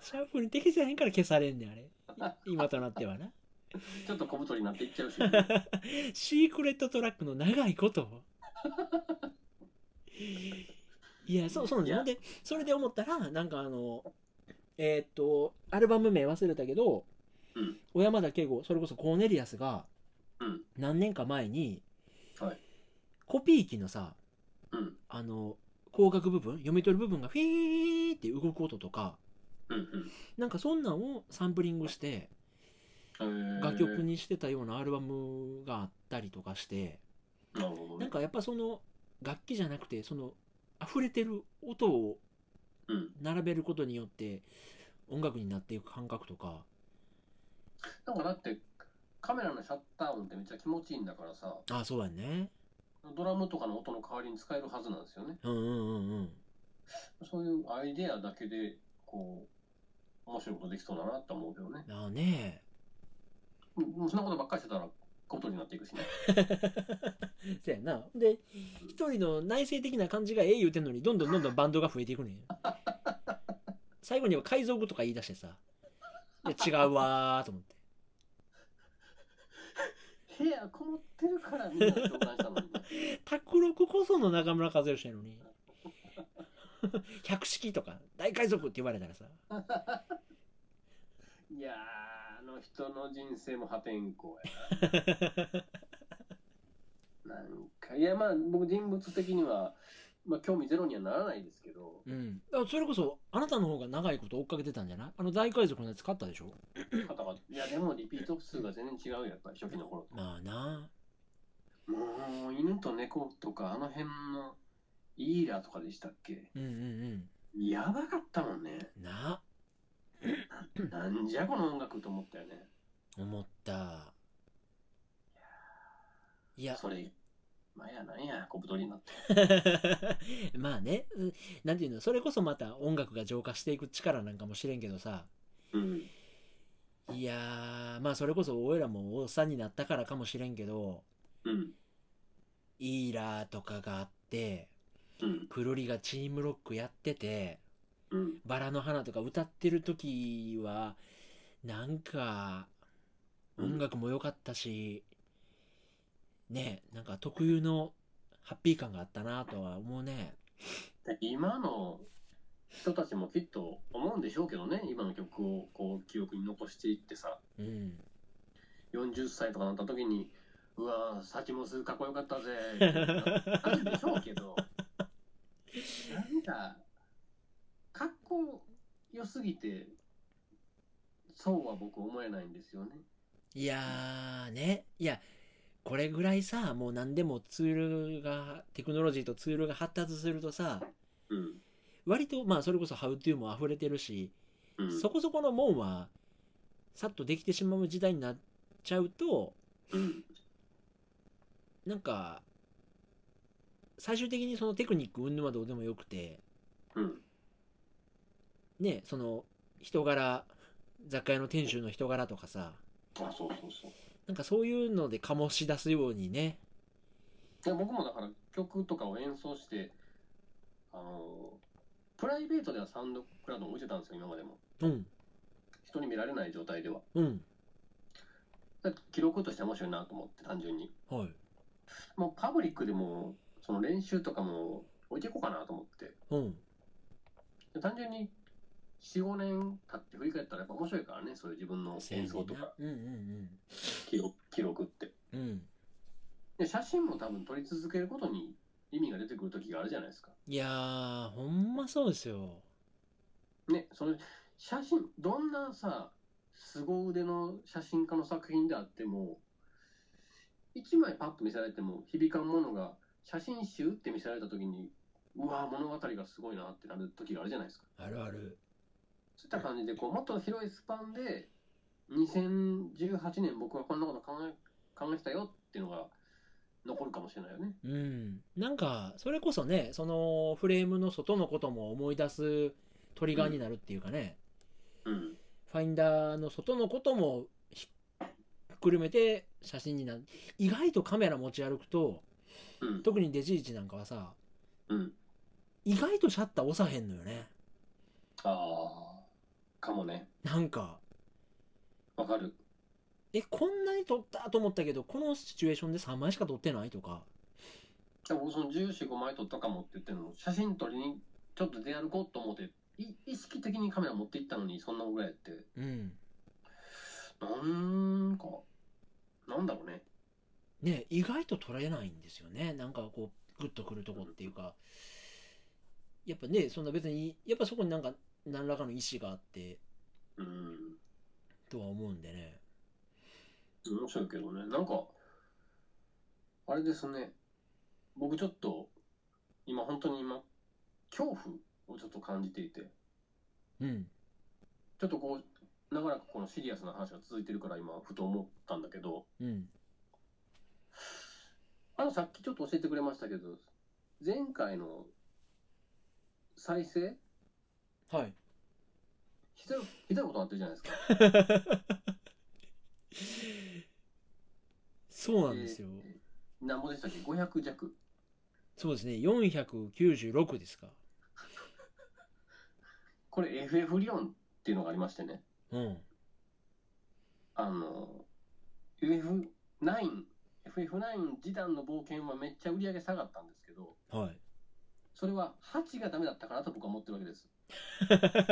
S2: シャッフルに適せへんから消されんねんあれ今となってはな
S1: ちょっと小太りになっていっちゃうし。
S2: シークレットトラックの長いこといや、そう、そうなんですよ。で、それで思ったら、なんかあの、えーっと、アルバム名忘れたけど、
S1: うん
S2: 小山田圭吾、それこそコーネリアスが、
S1: うん
S2: 何年か前に、
S1: はい
S2: コピー機のさ、
S1: うん
S2: あの、光学部分、読み取る部分がフィーって動く音とか、
S1: うん
S2: なんかそんなんをサンプリングして、
S1: うん
S2: 楽曲にしてたようなアルバムがあったりとかして、
S1: なるほど
S2: なん
S1: ね
S2: かやっぱその、楽器じゃなくて、その、溢れてる音を
S1: うん
S2: 並べることによって音楽になっていく感覚とか
S1: なんかだってカメラのシャッター音ってめっちゃ気持ちいいんだからさ
S2: あそうやね
S1: ドラムとかの音の代わりに使えるはずなんですよね
S2: うんうんうんうん
S1: そういうアイデアだけでこう面白いことできそうだなって思うけどね
S2: ああね
S1: うんもうそんなことばっかりしてたらことになっていくしね
S2: えそやなで一人の内省的な感じがええ言うてんのにどんどんどんどんバンドが増えていくねん最後には海賊とか言い出してさいや違うわーと思って
S1: 部屋こもってるからみんな共感したのにね
S2: 卓録こその中村和義やのに百式とか大海賊って言われたらさ
S1: いやーあの人の人生も破天荒やなんか、いや、まあ、僕、人物的には、まあ、興味ゼロにはならないですけど、
S2: うん、あそれこそあなたの方が長いこと追っかけてたんじゃないあの大海賊のやつ買ったでしょ
S1: 方がいや、でも、リピート数が全然違うよ、やっぱり、初期の頃と。
S2: まあな
S1: もう、犬と猫とか、あの辺の、イーラとかでしたっけ
S2: うんうん
S1: やばかったもんね。
S2: うんな
S1: なんじゃこの音楽と思ったよね。
S2: 思ったいや
S1: それ、まあ、やなんや、小太りになって。
S2: まあねうんなんていうのそれこそまた音楽が浄化していく力なんかもしれんけどさ
S1: うん。
S2: いやーまあそれこそ俺らもおっさんになったからかもしれんけど
S1: うん。
S2: イーラーとかがあって
S1: うん。
S2: くるりがチームロックやってて
S1: うん。
S2: バラの花とか歌ってる時はなんか
S1: うん
S2: 音楽も良かったし、ねなんか特有のハッピー感があったなとは思うね
S1: で今の人たちもきっと思うんでしょうけどね、今の曲を、こう、記憶に残していってさ。
S2: うん
S1: 40歳とかなった時に、うわぁ、先もすかっこよかった ぜ、みたいな感じでしょうけど、なんか、かっこよすぎて、そうは僕思えないんですよね。
S2: いやーねいやこれぐらいさもう何でもツールがテクノロジーとツールが発達するとさ
S1: うん。
S2: 割とまあそれこそ「ハウトゥーも溢れてるし、
S1: うん。
S2: そこそこのもんはさっとできてしまう時代になっちゃうと
S1: うん。
S2: なんか最終的にそのテクニック云々はどうでもよくて
S1: うん。
S2: ねその人柄雑貨屋の店主の人柄とかさ
S1: あ、そうそうそう。
S2: なんかそういうので醸し出すようにね
S1: で僕もだから曲とかを演奏して、あの、プライベートではサウンドクラウドを置いてたんですよ、今までも。
S2: うん
S1: 人に見られない状態では。
S2: うん
S1: だから記録として面白いなと思って、単純に。
S2: はい
S1: もうパブリックでもその練習とかも置いていこうかなと思って
S2: うん
S1: で単純に45年経って振り返ったらやっぱ面白いからねそういう自分の演奏とか
S2: うんうん
S1: 記録記録って
S2: うんうん
S1: で写真も多分撮り続けることに意味が出てくる時があるじゃないですか
S2: いやーほんまそうですよ
S1: ねその写真どんなさ凄腕の写真家の作品であっても1枚パッと見せられても響かんものが写真集って見せられた時にうわー物語がすごいなってなる時があるじゃないですか
S2: あるある
S1: そういった感じで、こう、もっと広いスパンで、2018年僕はこんなこと考え、考えてたよっていうのが残るかもしれないよね。
S2: うんなんかそれこそねそのフレームの外のことも思い出すトリガーになるっていうかね、
S1: うん。
S2: ファインダーの外のこともひっくるめて写真になる意外とカメラ持ち歩くと
S1: うん。
S2: 特にデジイチなんかはさ
S1: うん。
S2: 意外とシャッター押さへんのよね
S1: ああ、かもね。
S2: なんか
S1: わかる。
S2: えこんなに撮ったと思ったけどこのシチュエーションで3枚しか撮ってないとか
S1: でもその14、5枚撮ったかもって言ってるのも、写真撮りにちょっと出歩こうと思って、い意識的にカメラ持って行ったのに、そんなぐらいやって、
S2: うん
S1: なんか、なんだろうね。
S2: ね意外と取れないんですよねなんかこうグッとくるとこっていうかやっぱねそんな別にやっぱそこになんか何らかの意思があって
S1: うん。
S2: とは思うんでね
S1: 面白いけどね。なんか、あれですね。僕ちょっと、今本当に今、恐怖をちょっと感じていて、
S2: うん
S1: ちょっとこう、長らくこのシリアスな話が続いてるから今、ふと思ったんだけど、
S2: うん
S1: あの、さっきちょっと教えてくれましたけど、前回の再生
S2: はい
S1: ひどい、ひどいことになってるじゃないですか。
S2: そうなんですよ、
S1: えーなんぼでしたっけ ?500 弱。
S2: そうですね496ですか
S1: これ FF 理論っていうのがありましてね。
S2: うん
S1: あの、FF9、FF9 時短の冒険はめっちゃ売り上げ下がったんですけど、
S2: はい
S1: それは8がダメだったからと僕は思ってるわけです。
S2: うん
S1: 8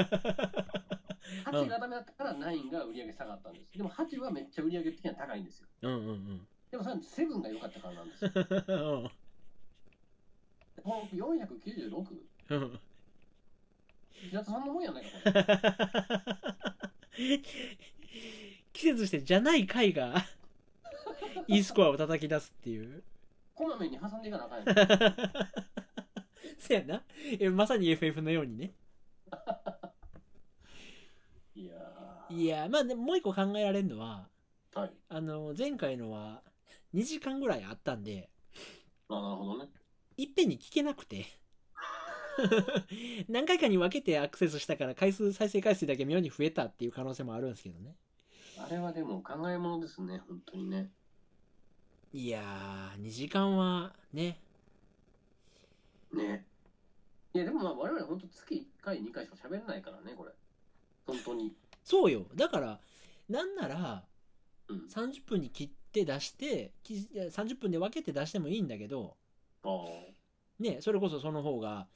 S1: がダメだったから9が売り上げ下がったんです。でも8はめっちゃ売り上げ的には高いんですよ。
S2: うんうんうん
S1: でもそれは7が良かったからなんですよ。
S2: うん
S1: もう496?
S2: うん
S1: 平田さんのもんやないか、これ。
S2: 季節してじゃない回が E スコアを叩き出すっていう
S1: こまめに挟んでいかなあかんやん。
S2: せやなえまさに FF のようにね
S1: いやー。
S2: いやまあでももう一個考えられるのは
S1: はい。
S2: あの前回のは2時間ぐらいあったんで
S1: あ、なるほどね。
S2: いっぺんに聞けなくて 何回かに分けてアクセスしたから回数再生回数だけ妙に増えたっていう可能性もあるんですけどね
S1: あれはでも考えものですね、本当にね。
S2: いやー2時間はね
S1: ね。いや、でもまあ我々本当月1回、2回しか喋れないからね、これ。本当に。
S2: そうよだからなんなら
S1: うん。
S2: 30分に切って出してきいや30分で分けて出してもいいんだけど
S1: あ
S2: ねそれこそその方が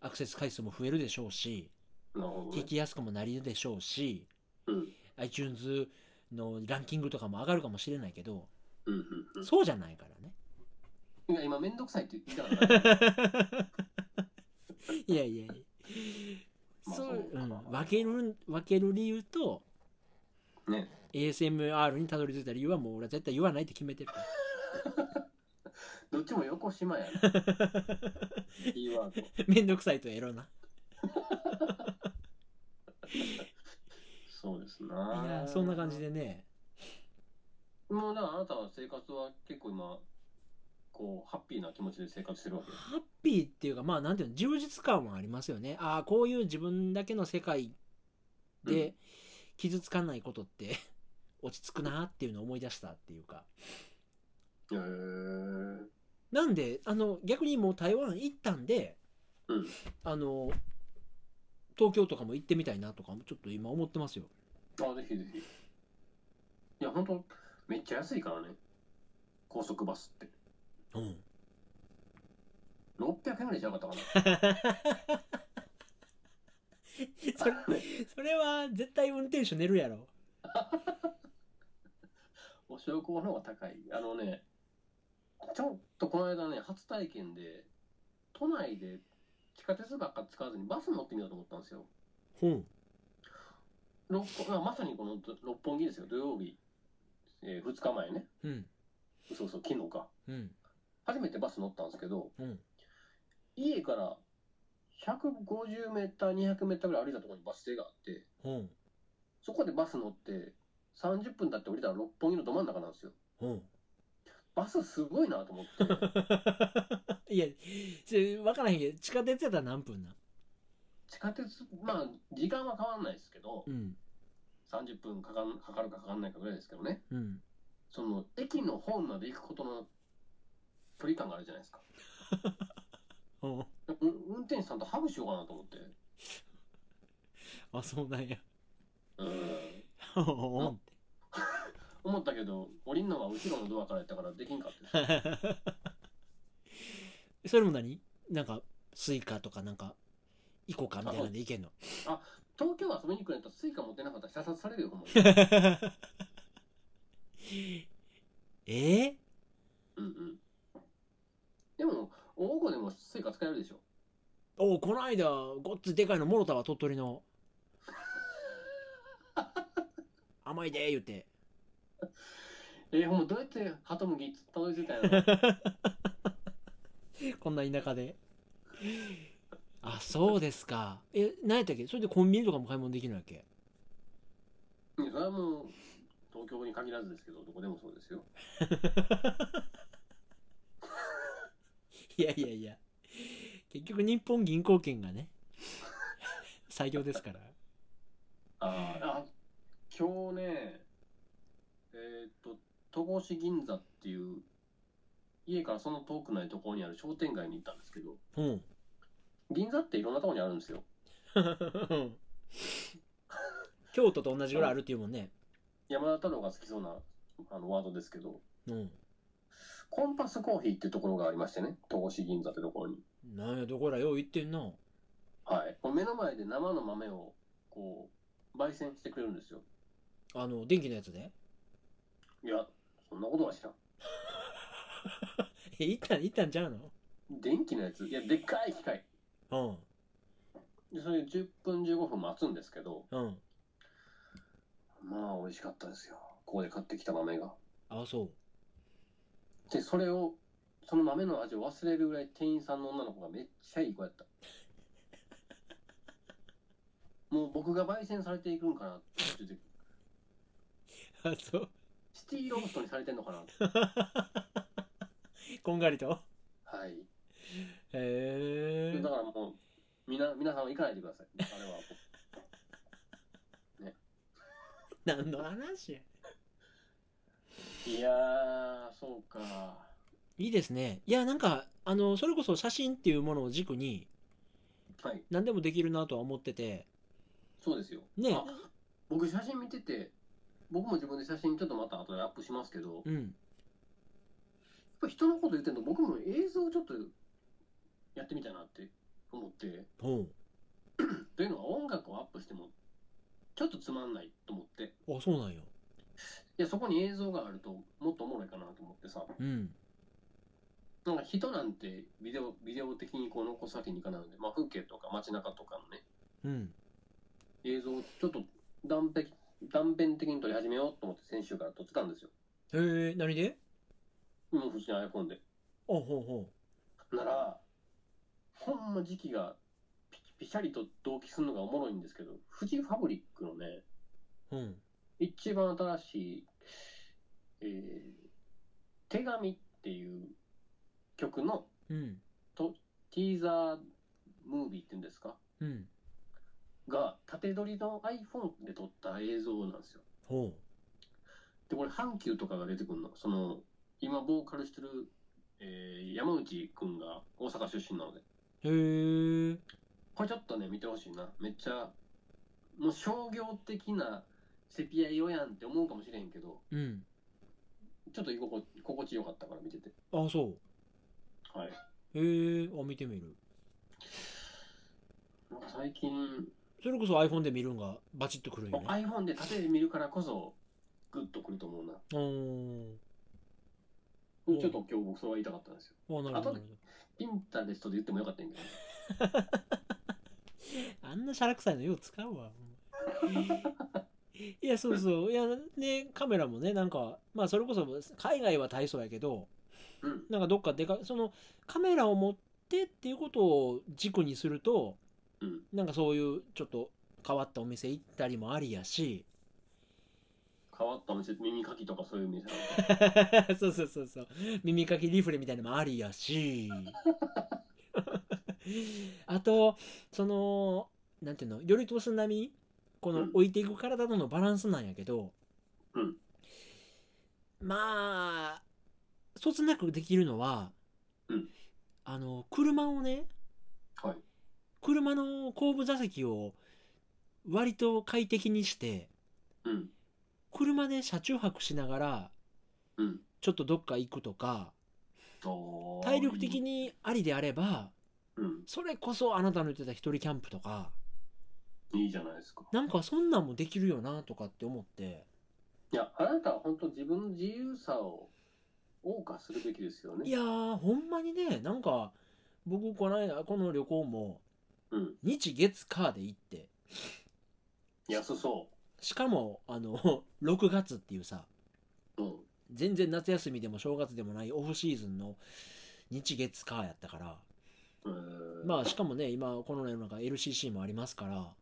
S2: アクセス回数も増えるでしょうし
S1: あ。なるほど、
S2: 聞
S1: ね。
S2: きやすくもなりるでしょうし
S1: うん。
S2: iTunes のランキングとかも上がるかもしれないけど
S1: うんうん
S2: そうじゃないからね
S1: うん。いや、今めんどくさいって言ってたから、ね。
S2: いやいやいや
S1: まあ
S2: そう、
S1: そう
S2: う
S1: か
S2: ん、分ける分ける理由と
S1: ね。
S2: ASMR にたどり着いた理由はもう俺は絶対言わないって決めてるから
S1: どっちも横島やな。 キーワード。
S2: めんどくさいとエロな
S1: そうです
S2: い
S1: な。
S2: やそんな感じ。でね
S1: もうだからあなたは生活は結構今、こう、ハッピーな気持ちで生活してるわけ。
S2: ハッピーっていうかまあなんていうの充実感はありますよねああこういう自分だけの世界
S1: うん
S2: で傷つかないことって 落ち着くなっていうのを思い出したっていうか
S1: へえー。
S2: なんであの逆にもう台湾行ったんで
S1: うん。
S2: あの東京とかも行ってみたいなとかもちょっと今思ってますよ
S1: あ、ぜひぜひ。いや、本当めっちゃ安いからね。高速バスって。
S2: うん
S1: 600円ぐらいじゃなかったか
S2: それ
S1: な。
S2: それは絶対運転手寝るやろ
S1: お焼香の方が高い。あのね、ちょっとこの間ね、初体験で、都内で地下鉄ばっか使わずにバス乗ってみようと思ったんですよ。
S2: うん
S1: 六本まあまさにこのど六本木ですよ、土曜日、え2日前ね、
S2: うん
S1: そうそう、昨日か。
S2: うん
S1: 初めてバス乗ったんですけど、
S2: うん
S1: 家から150メーター、200メーターぐらい歩いたところにバス停があって、
S2: うん
S1: そこでバス乗って、30分だって降りたら六本木のど真ん中なんですよ。
S2: うん
S1: バスすごいなと思って。
S2: いやそれ分からへんけど地下鉄やったら何分なん
S1: 地下鉄、まあ、時間は変わんないですけど、
S2: うん
S1: 30分かかんかかるかかかんないかぐらいですけどね、
S2: うん
S1: その駅のホームまで行くことの距離感があるじゃないですか。
S2: うん
S1: う運転手さんとハグしようかなと思って。
S2: あそうなんや
S1: うん
S2: おん
S1: 思ったけど、降りんのは後ろのドアからやったからできんかって。
S2: って それも何なんかスイカとかなんかイコカみたいなんでいけんの
S1: 東京遊びに来るんやったらスイカ持ってなかったら射殺されるよ、ほんまに。
S2: えー、
S1: うんうん。でも、大御でもスイカ使えるでしょ。
S2: おうこの間ごっつでかいのもろたわ鳥取の甘いで言うて
S1: えー、ほんま、どうやってハトムギたどり着いたん やろ
S2: こんな田舎であそうですかえ何やったっけそれでコンビニとかも買い物できるわけ
S1: いやそれはもう、東京に限らずですけど、どこでもそうですよ。
S2: いやいやいや結局日本銀行券がね最強ですから
S1: あーあ、今日ね、えーっと、戸越銀座っていう、家からその遠くないところにある商店街に行ったんですけど、
S2: うん
S1: 銀座っていろんなところにあるんですよ。
S2: 京都と同じぐらいあるっていうもんね
S1: 山田太郎が好きそうなあのワードですけど、
S2: うん
S1: コンパスコーヒーっていうところがありましてね、戸越銀座ってところに。
S2: なんやどこらよう言ってんな
S1: はい。こう目の前で生の豆を、こう、焙煎してくれるんですよ。
S2: あの電気のやつで
S1: いや、そんなことは知らん。
S2: えいったんいったんちゃう
S1: 電気のやつ、いや、でっかい機械。
S2: の
S1: で、それ10分15分待つんですけど、
S2: うんうん
S1: まあ、美味しかったですよ。ここで買ってきた豆が。
S2: あそう
S1: で、それを、その豆の味を忘れるぐらい店員さんの女の子がめっちゃいい子やった。もう僕が焙煎されていくんかなって言ってて、
S2: あそう
S1: シティローストにされてんのかなって
S2: こんがりと
S1: はい。
S2: へえ
S1: だからもう、みな、皆さんは行かないでください。あれは。
S2: 何の話や
S1: いやー、そうか。
S2: いいですねいやなんかあのそれこそ写真っていうものを軸に
S1: はい、
S2: 何でもできるなとは思ってて
S1: そうですよ。
S2: ね
S1: あ僕、写真見てて、僕も自分で写真ちょっとまた後でアップしますけど、やっ
S2: うん
S1: ぱ人のこと言ってるの、僕も映像ちょっとやってみたいなって思って、
S2: ほ
S1: というのは音楽をアップしても、ちょっとつまんないと思って、
S2: うあそうなんよ
S1: いや、そこに映像があると、もっとおもろいかなと思ってさ、
S2: うん
S1: なんか人なんてビデオ、ビデオ的にこう残すわけにいかないので、まあ、風景とか街中とかのね、
S2: うん
S1: 映像をちょっと断片断片的に撮り始めようと思って先週から撮ってたんですよ。
S2: へえ何で
S1: もう普通に iPhone で。
S2: あほうほ
S1: なら、ほんま時期がピピシャリと同期するのがおもろいんですけど、富士ファブリックのね、
S2: ううん
S1: 一番新しい、えー手紙っていう曲の
S2: うん
S1: ティーザームービーっていうんですか
S2: うん
S1: が、縦撮りの iPhone で撮った映像なんですよ。
S2: ほ
S1: で、これ、阪急とかが出てくるの。その、今、ボーカルしてる、えー山内くんが大阪出身なので。
S2: うへえ
S1: これちょっとね、見てほしいな。めっちゃ、もう商業的なセピア色やんって思うかもしれんけど、
S2: うん
S1: ちょっと居心地心地よかったから見てて。
S2: あそ
S1: はい。
S2: うへえあ見てみる
S1: なんか最近、
S2: それこそ iPhone で見るんがバチッとくるよね
S1: iPhone で縦で見るからこそ、グッとくると思うな。
S2: うーんうん
S1: ちょっと今日僕それは言いたかったんですよ。
S2: あなるほど
S1: 後
S2: な
S1: で
S2: るほど
S1: ピンタレストで言ってもよかったんやけど。
S2: あんなシャラ臭いのよう使うわ。ほんまいや、そうそう。いや、ね、カメラもね、なんか、まあ、それこそ、海外は大層やけど、
S1: うん。
S2: なんかどっかでか、その、カメラを持ってっていうことを軸にすると、
S1: うん。
S2: なんかそういう、ちょっと変わったお店行ったりもあり やし、
S1: 変わったお店、耳かきとかそういう店なんで。
S2: そうそうそうそう。耳かきリフレみたいなのもありやし。 あと、その、なんていうの、よりとす並み、こ
S1: う
S2: の
S1: ん
S2: 置いていく体とのバランスなんやけど、
S1: うん
S2: まあ、そつなくできるのは、
S1: うん
S2: あの、車をね、
S1: はい。
S2: 車の後部座席を割と快適にして、
S1: うん。
S2: 車で車中泊しながら、
S1: うん。
S2: ちょっとどっか行くとか、
S1: と
S2: 体力的、にありであれば
S1: うん、
S2: それこそあなたの言ってた一人キャンプとか
S1: いいじゃないですか
S2: なんかそんなんもできるよなとかって思って
S1: いやあなたは本当自分の自由さを謳歌するべきですよね
S2: いやーほんまにねなんか僕この間この旅行も
S1: うん
S2: 日月火で行って
S1: 安そ
S2: しかもあの 6月っていうさ
S1: ううん
S2: 全然夏休みでも正月でもないオフシーズンの日月火やったから
S1: えー
S2: まあしかもね今この世の中 LCC もありますから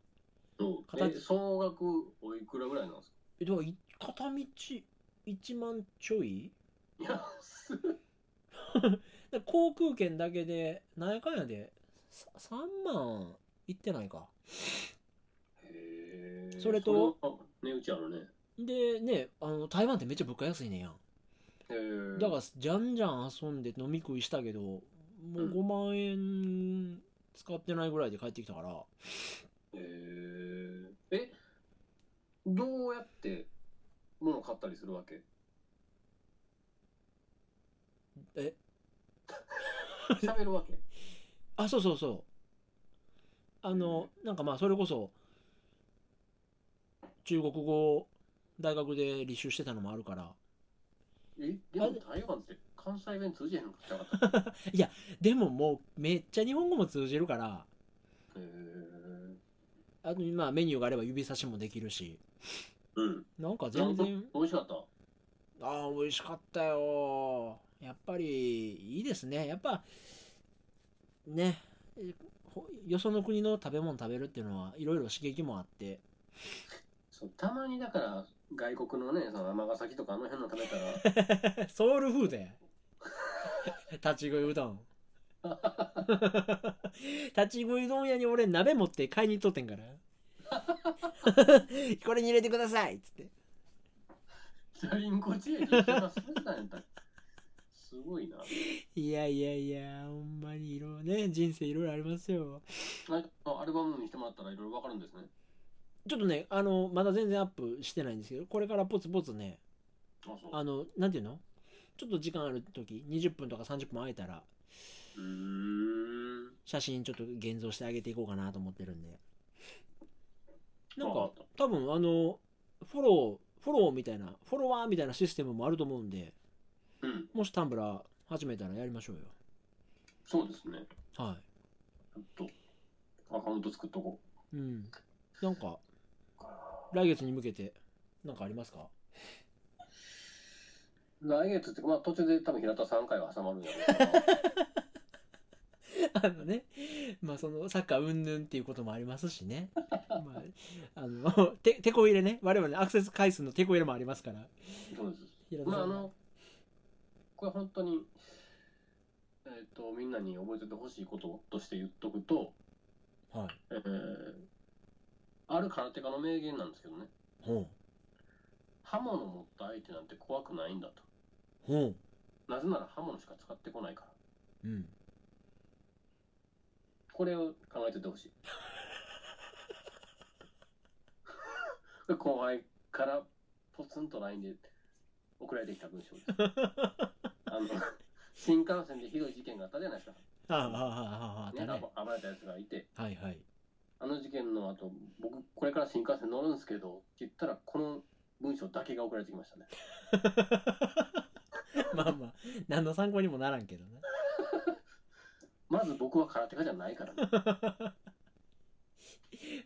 S1: うん
S2: 形
S1: え総額おいくらぐらいなんですか
S2: えだからい片道1万ちょい
S1: いやす
S2: で航空券だけで何やかんやでさ3万いってないか
S1: へー
S2: それと
S1: それは値打ちあるね
S2: でねあの台湾ってめっちゃ物価安いねんやん
S1: へー
S2: だからじゃんじゃん遊んで飲み食いしたけどもう
S1: うん
S2: 5万円使ってないぐらいで帰ってきたから
S1: へーえどうやって物を買ったりするわけ
S2: え
S1: 喋るわけ
S2: あそうそうそうあのなんかまあそれこそ中国語を大学で履修してたのもあるから
S1: えでも台湾って関西弁通じへんのかなかったへ
S2: でももうめっちゃ日本語も通じるから
S1: ー
S2: あとまあメニューがあれば指差しもできるし
S1: うん
S2: なんか全然
S1: 美味しかった
S2: ああ美味しかったよやっぱりいいですねやっぱねえほよその国の食べ物食べるっていうのはいろいろ刺激もあって
S1: そうたまにだから外国のねその尼崎とかあの辺の食べた ら
S2: ソウルフードや立ち食いうどん立ち食いうどん屋に俺鍋持って買いに行っとってんから これに入れてくださいっつって
S1: チャリンコチエそんなすんなんやったっけすごいない
S2: やいやいやほんまにいろいろね人生いろいろありますよ
S1: ああアルバムにしてもらったらいろいろわかるんですね
S2: ちょっとねあのまだ全然アップしてないんですけどこれからポツポツね
S1: あそう
S2: あのなんていうのちょっと時間ある時20分とか30分空いたら
S1: うーん
S2: 写真ちょっと現像してあげていこうかなと思ってるんでなん
S1: わ
S2: か
S1: かっ
S2: 多分あのフォローフォローみたいなフォロワーみたいなシステムもあると思うんで
S1: たうん
S2: もしタンブラー始めたらやりましょうよ
S1: そうですね
S2: は
S1: ちょっとアカウント作っとこ
S2: いうんなんか
S1: う
S2: 来月に向けてなんかありますか
S1: 来月ってまあ途中で多分平田3回は挟まるんやろ うな
S2: あのね、まあそのサッカー云々っていうこともありますしね。まあ、あの、て、てこ入れね。我々のアクセス回数のてこ入れもありますから。
S1: そうです
S2: 平田
S1: まあ
S2: さ
S1: あ
S2: んは。
S1: のこれ本当にえっ、とみんなに覚えててほしいこととして言っとくと、
S2: はい。
S1: えーある空手家の名言なんですけどね
S2: ほ
S1: 刃物持った相手なんて怖くないんだと
S2: う。ほ
S1: なぜなら刃物しか使ってこないから
S2: う。うん。
S1: これを考えててほしい これ後輩からポツンと LINE で送られてきた文章です あの新幹線でひどい事件があったじゃないですか、
S2: ああ、ああ、ああ、ああ、
S1: ね、
S2: だね。
S1: 暴暴れたやつがいて
S2: はいはい。
S1: あの事件の後僕これから新幹線乗るんですけどって言ったらこの文章だけが送られてきましたね
S2: まあまあ、何の参考にもならんけどね。
S1: まず僕は空手家じゃないからね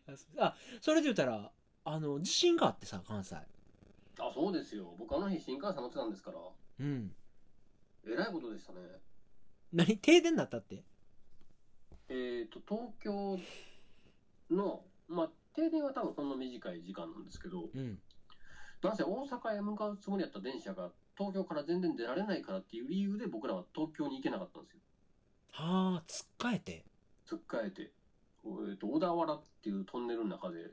S2: あそあ、それで言ったら、あの、地震があってさ、関西。
S1: あそうですよ僕あの日新幹線乗ってたんですから
S2: うん。
S1: えらいことでしたね
S2: 何停電になったって
S1: えー、と東京の、まあ、停電は多分ほんの短い時間なんですけど、
S2: うん。
S1: なぜ大阪へ向かうつもりだった電車が東京から全然出られないからっていう理由で僕らは東京に行けなかったんですよ。
S2: はあ、つっかえて。
S1: つっかえて、えー、と小田原っていうトンネルの中で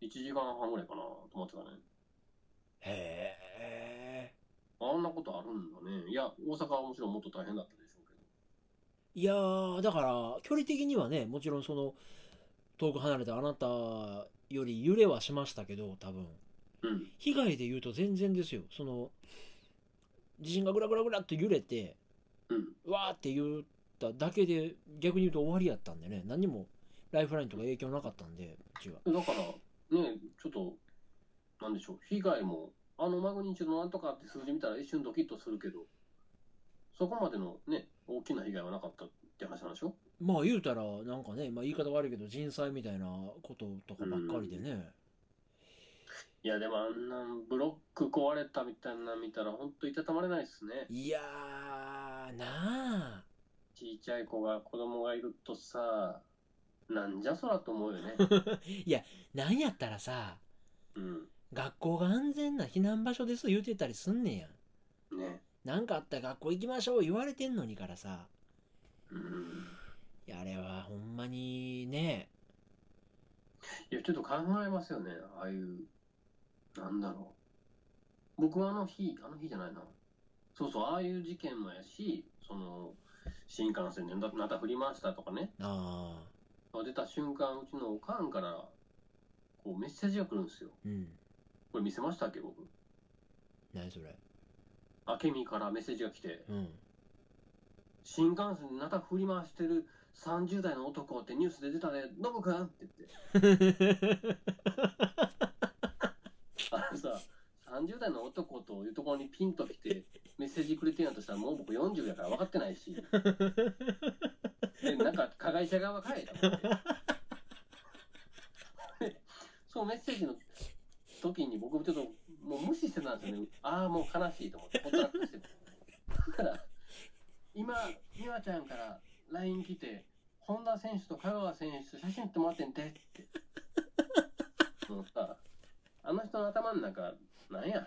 S1: 1時間半ぐらいかなと思ってたね。
S2: へえ。
S1: あんなことあるんだね。いや、大阪はもちろんもっと大変だったでしょうけど。
S2: いやー、だから、距離的にはね、もちろんその、遠く離れたあなたより揺れはしましたけど、多分。
S1: うん、
S2: 被害で言うと全然ですよ。その、地震がぐらぐらぐらっと揺れて、
S1: うん
S2: うわーって言っただけで逆に言うと終わりやったんでね何もライフラインとか影響なかったんでうちは
S1: だから、ね、ちょっと、なんでしょう、被害も、あのマグニチュードなんとかって数字見たら一瞬ドキッとするけど、そこまでのね、大きな被害はなかったって話なんでしょ
S2: まあ言うたらなんかね、まあ、言い方悪いけど人災みたいなこととかばっかりでね
S1: いや、でもあんなブロック壊れたみたいなの見たら、ほんといたたまれないですね。
S2: いやーなあ
S1: ちいちゃい子が、子供がいるとさ、なんじゃそらと思うよね。
S2: なんやったらさ
S1: うん。
S2: 学校が安全な避難場所です言うてたりすんねやん
S1: ね。
S2: なんかあったら学校行きましょう言われてんのにからさ
S1: うん。
S2: いやあれはほんまにね
S1: いや、ちょっと考えますよね。ああいう、なんだろう。僕はあの日、あの日じゃないな。そうそう、ああいう事件もやし、その、新幹線でななた振りましたとかね、
S2: ああ
S1: 出た瞬間、うちのおかんから、こう、メッセージが来るんですよ。
S2: うん
S1: これ見せましたっけ、僕。
S2: 何それ
S1: あけみからメッセージが来て、
S2: うん
S1: 新幹線でなた振り回してる30代の男ってニュースで出たね、ノブくんって言って。あのさ、30代の男というところにピンときて、メッセージくれてんやとしたら、もう僕40やから分かってないし、でなんか加害者側かいと思って。そう、メッセージの時に僕もちょっともう無視してたんですよね。ああ、もう悲しいと思って、ほったらかしてた。だから、今、美和ちゃんから LINE 来て、本田選手と香川選手と写真撮ってもらってんてって。もうさ、あの人の頭の中、なんや。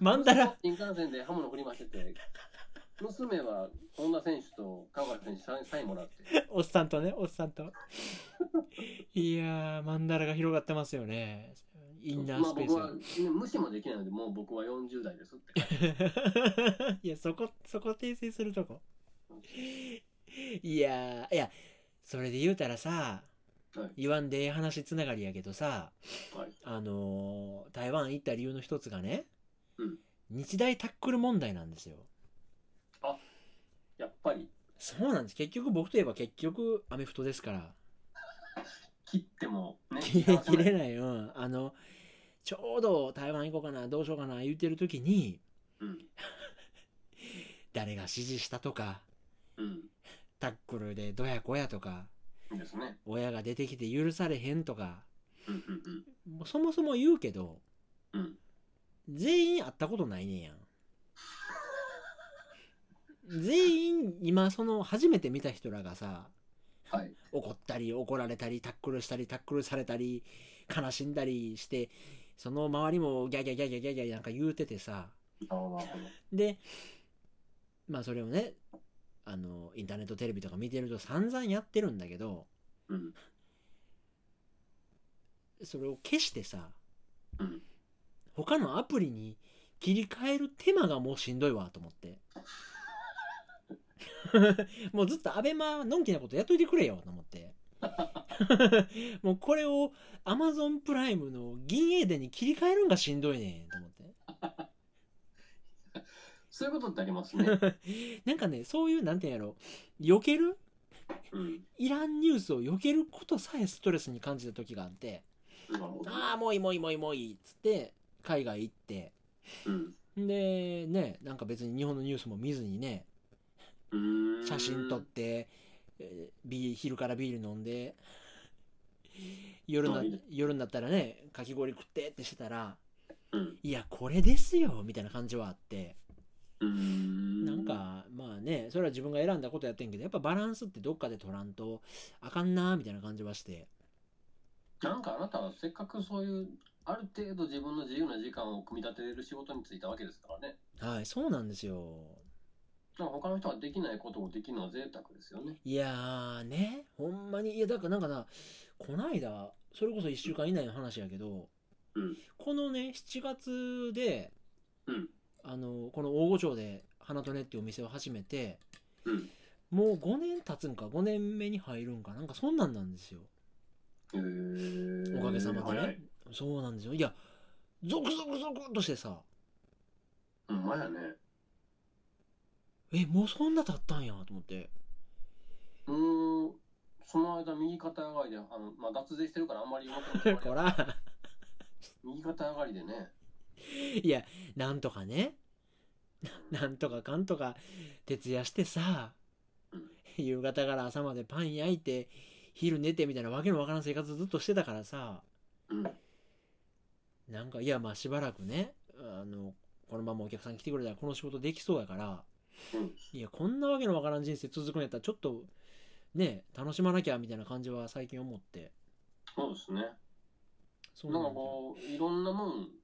S2: マンダラ
S1: 新幹線で刃物振り回してて、娘は本田選手と香川選手サインサインもらって、
S2: おっさんとねおっさんといやーマンダラが広がってますよねインナー
S1: まあ
S2: スペー
S1: 僕
S2: ス
S1: は
S2: が、
S1: 無視もできないので、もう僕は40代ですって。
S2: いやそこそこ訂正するとこいやーいやそれで言うたらさ、
S1: はい
S2: 言わんでええ話つながりやけどさ
S1: はい。
S2: あのー台湾行った理由の一つがね、
S1: うん
S2: 日大タックル問題なんですよ
S1: やっぱり、
S2: そうなんです結局僕といえば結局アメフトですから
S1: 切ってもね、
S2: いや切れ
S1: い。
S2: ないうんあのちょうど台湾行こうかなどうしようかな言ってる時に
S1: うん。
S2: 誰が指示したとか
S1: う
S2: タックルでどやこやとか
S1: ん。ですね。
S2: 親が出てきて許されへんとか
S1: うんうん
S2: もうそもそも言うけど
S1: うん。うん。
S2: 全員会ったことないねんやん全員今その初めて見た人らがさ
S1: はい。
S2: 怒ったり怒られたりタックルしたりタックルされたり悲しんだりしてその周りもギャギャギャギャギャギャなんか言うててさ
S1: なるほど。
S2: でまあそれをねあのインターネットテレビとか見てると散々やってるんだけど
S1: うん。
S2: それを消してさ
S1: うん。
S2: 他のアプリに切り替える手間がもうしんどいわと思って もうずっとアベマのんきなことやっといてくれよと思って もうこれをアマゾンプライムの銀英伝に切り替えるんがしんどいねんと思って
S1: そういうことってあります ね。
S2: なんかねそういうなんていうんやろ避ける
S1: うん。
S2: いらんニュースを避けることさえストレスに感じた時があって
S1: なるほど。
S2: ああもういいもういいもういいもういいっつって海外行って
S1: うん。
S2: でねなんか別に日本のニュースも見ずにね
S1: うーん
S2: 写真撮って、えービー昼からビール飲んで夜な
S1: あいいね
S2: 夜になったらねかき氷食ってってしてたら
S1: うん。
S2: いやこれですよみたいな感じはあって
S1: うーん。
S2: なん。かまあねそれは自分が選んだことやってんけどやっぱバランスってどっかで取らんとあかんなみたいな感じはして
S1: なんかあなたはせっかくそういう、ある程度自分の自由な時間を組み立てる仕事に就いたわけですからね。
S2: はいそうなんですよ
S1: なんか他の人ができないことをできるのは贅沢ですよね。
S2: いやーねほんまにいやだからなんかなこないだそれこそ1週間以内の話やけど、
S1: うん
S2: このね7月で
S1: うん。
S2: あのこの大御町で花とねっていうお店を始めて
S1: うん。
S2: もう5年経つんか5年目に入るんかなんかそんなんなんですよ
S1: えー
S2: おかげさまで
S1: 早
S2: ね
S1: い。
S2: そうなんですよいやゾクゾクゾクっとしてさ
S1: うん、まやね。
S2: えもうそんな経ったんやと 思って
S1: うーん、その間、右肩上がりで、あのまあ、脱税してるからあんまり動くの
S2: こら
S1: 右肩上がりでね、
S2: いやなんとかね ななんとかかんとか徹夜してさ
S1: うん
S2: 夕方から朝までパン焼いて昼寝てみたいなわけのわからん生活ずっとしてたからさ
S1: うん、
S2: なんかいやまあしばらくねあのこのままお客さん来てくれたらこの仕事できそうやから
S1: うん
S2: いやこんなわけのわからん人生続くんやったらちょっとね楽しまなきゃみたいな感じは最近思って
S1: そうですね。
S2: そ
S1: なんか
S2: だよ
S1: こう、いろんなもん、い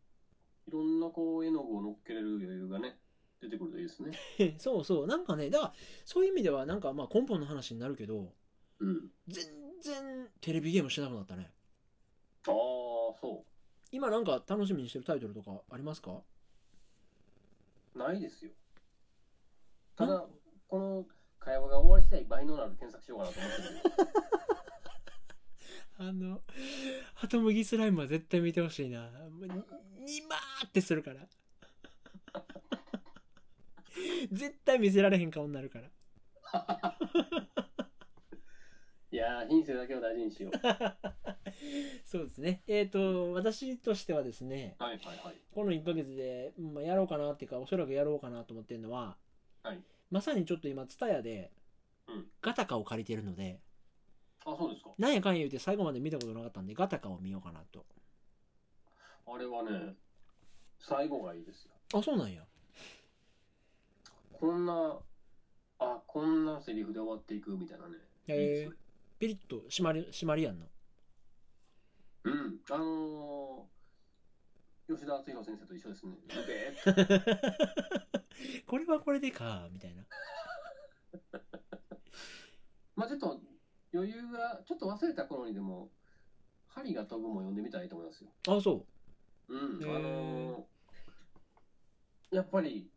S1: ろんなこう、絵の具を乗っけれる余裕がね、出てくるといいですね。
S2: そうそうなんかねだからそういう意味ではなんかまあ根本の話になるけど
S1: うん。
S2: 全然テレビゲームしてなくなったね
S1: ああ、そ
S2: 今なんか楽しみにしてるタイトルとかありますか
S1: う。ないですよ。ただ、この会話が終わり次第、倍のなる検索しようかなと思って るけど。
S2: あの、ハムギスライムは絶対見てほしいな。もうに、にまーってするから。絶対見せられへん顔になるから。
S1: いやー、品性だけを大事にしよう。
S2: そうですね。えっ、と、私としてはですね、
S1: はいはいはい。
S2: この1ヶ月で、まあ、やろうかなっていうか、おそらくやろうかなと思ってるのは、
S1: はい
S2: まさにちょっと今、ツタヤで
S1: うん、
S2: ガタカを借りてるので、
S1: あ、そうですか。
S2: なんやかんや言うて最後まで見たことなかったんで、ガタカを見ようかなと。
S1: あれはね、最後がいいですよ。
S2: あ、そうなんや。
S1: こんな、あ、こんなセリフで終わっていくみたいなね。
S2: へー
S1: いいですね
S2: ピリッと締まり、締まりやんの。
S1: うん。あのー、吉田篤弘先生と一緒 ですね。うべー
S2: これはこれでかみたいな
S1: まあちょっと余裕が、ちょっと忘れた頃にでも、針が飛ぶも読んでみたらいいと思いますよ。
S2: あそ
S1: うん。
S2: へ
S1: あ
S2: ー
S1: のー、やっぱり、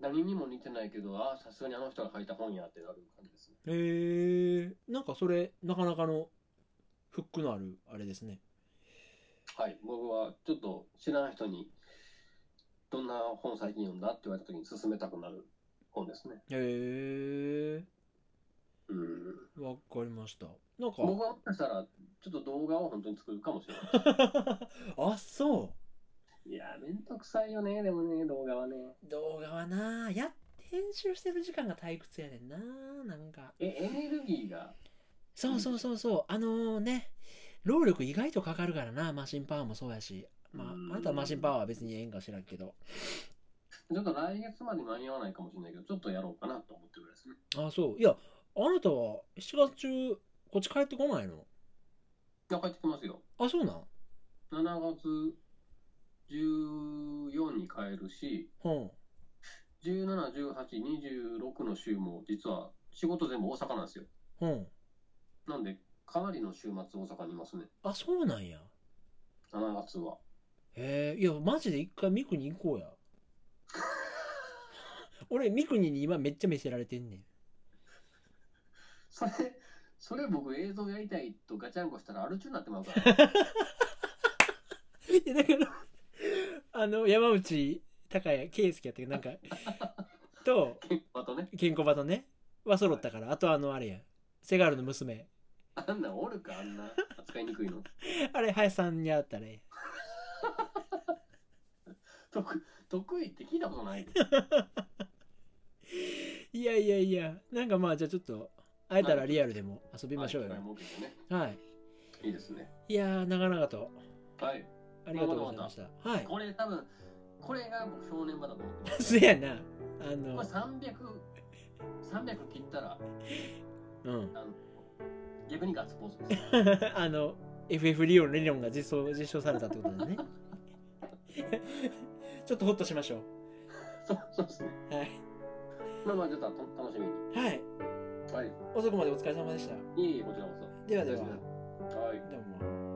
S1: 何にも似てないけど、ああ、さすがにあの人が書いた本やってなる感じですね。
S2: うへえなんかそれなかなかのフックのあるあれですね
S1: はい、僕はちょっと知らない人に、どんな本最近読んだって言われた時に勧めたくなる本ですね。
S2: へ
S1: うん。
S2: えわかりましたなんか
S1: 僕はもしかしたら、ちょっと動画を本当に作るかもしれない。
S2: あそう
S1: いやー、めんどくさいよね、でもね、動画はね。
S2: 動画はなやっ編集してる時間が退屈やねんななんか
S1: え、エネルギーが、
S2: そうそうそうそうあのね労力意外とかかるからなマシンパワーもそうやしまあ
S1: う
S2: あ
S1: ん
S2: なたはマシンパワーは別にええんか知らんけど
S1: ちょっと来月まで間に合わないかもしれないけど、ちょっとやろうかなと思ってるぐらいですね。
S2: あそういやあなたは7月中こっち帰ってこないの
S1: いや、帰ってきますよ。
S2: あそうなん
S1: 7月14に帰るし、
S2: うん
S1: 17、18、26の週も、実は仕事全部大阪なんですよ。
S2: うん
S1: なんで、かなりの週末、大阪にいますね、
S2: あそうなんや
S1: 7月は。
S2: へえいやマジで一回ミクに行こうや 俺ミクニに今めっちゃ見せられてんね ん
S1: それ、それ僕、映像やりたいとガチャンコしたら、アル中になってますから、
S2: いやだからあの山内孝也圭介やったけどなんかと
S1: あとね、
S2: ケンコバとねは揃ったからあとあのあれやセガールの娘
S1: あんなんおるか、あんな扱いにくいの。
S2: あれ林さんに会ったらえ
S1: 得得意って聞いたことないで。
S2: えいやいやいやなんかまあじゃあちょっと会えたらリアルでも遊びましょうよ
S1: はい、機会設けてね
S2: はい
S1: いいですね。
S2: いやー長々と
S1: はい。
S2: ありがとうございましたはい
S1: これ多分、これが僕、正念場だと思ってます。
S2: そやなあ
S1: こ
S2: の
S1: れ300、300切ったら、
S2: うん
S1: あの逆にガッツポーズです。
S2: あの FF 利用の理論が実装実証されたってことでね ちょっとホッとしましょ
S1: そうそうですね。
S2: うはい、
S1: まあまあ、ちょっとた楽しみに。
S2: はい、
S1: はい。
S2: 遅くまでお疲れ様でした
S1: いえいえ、こちらこ
S2: ではでは
S1: お疲れ様で
S2: ど
S1: そ。はい。
S2: うも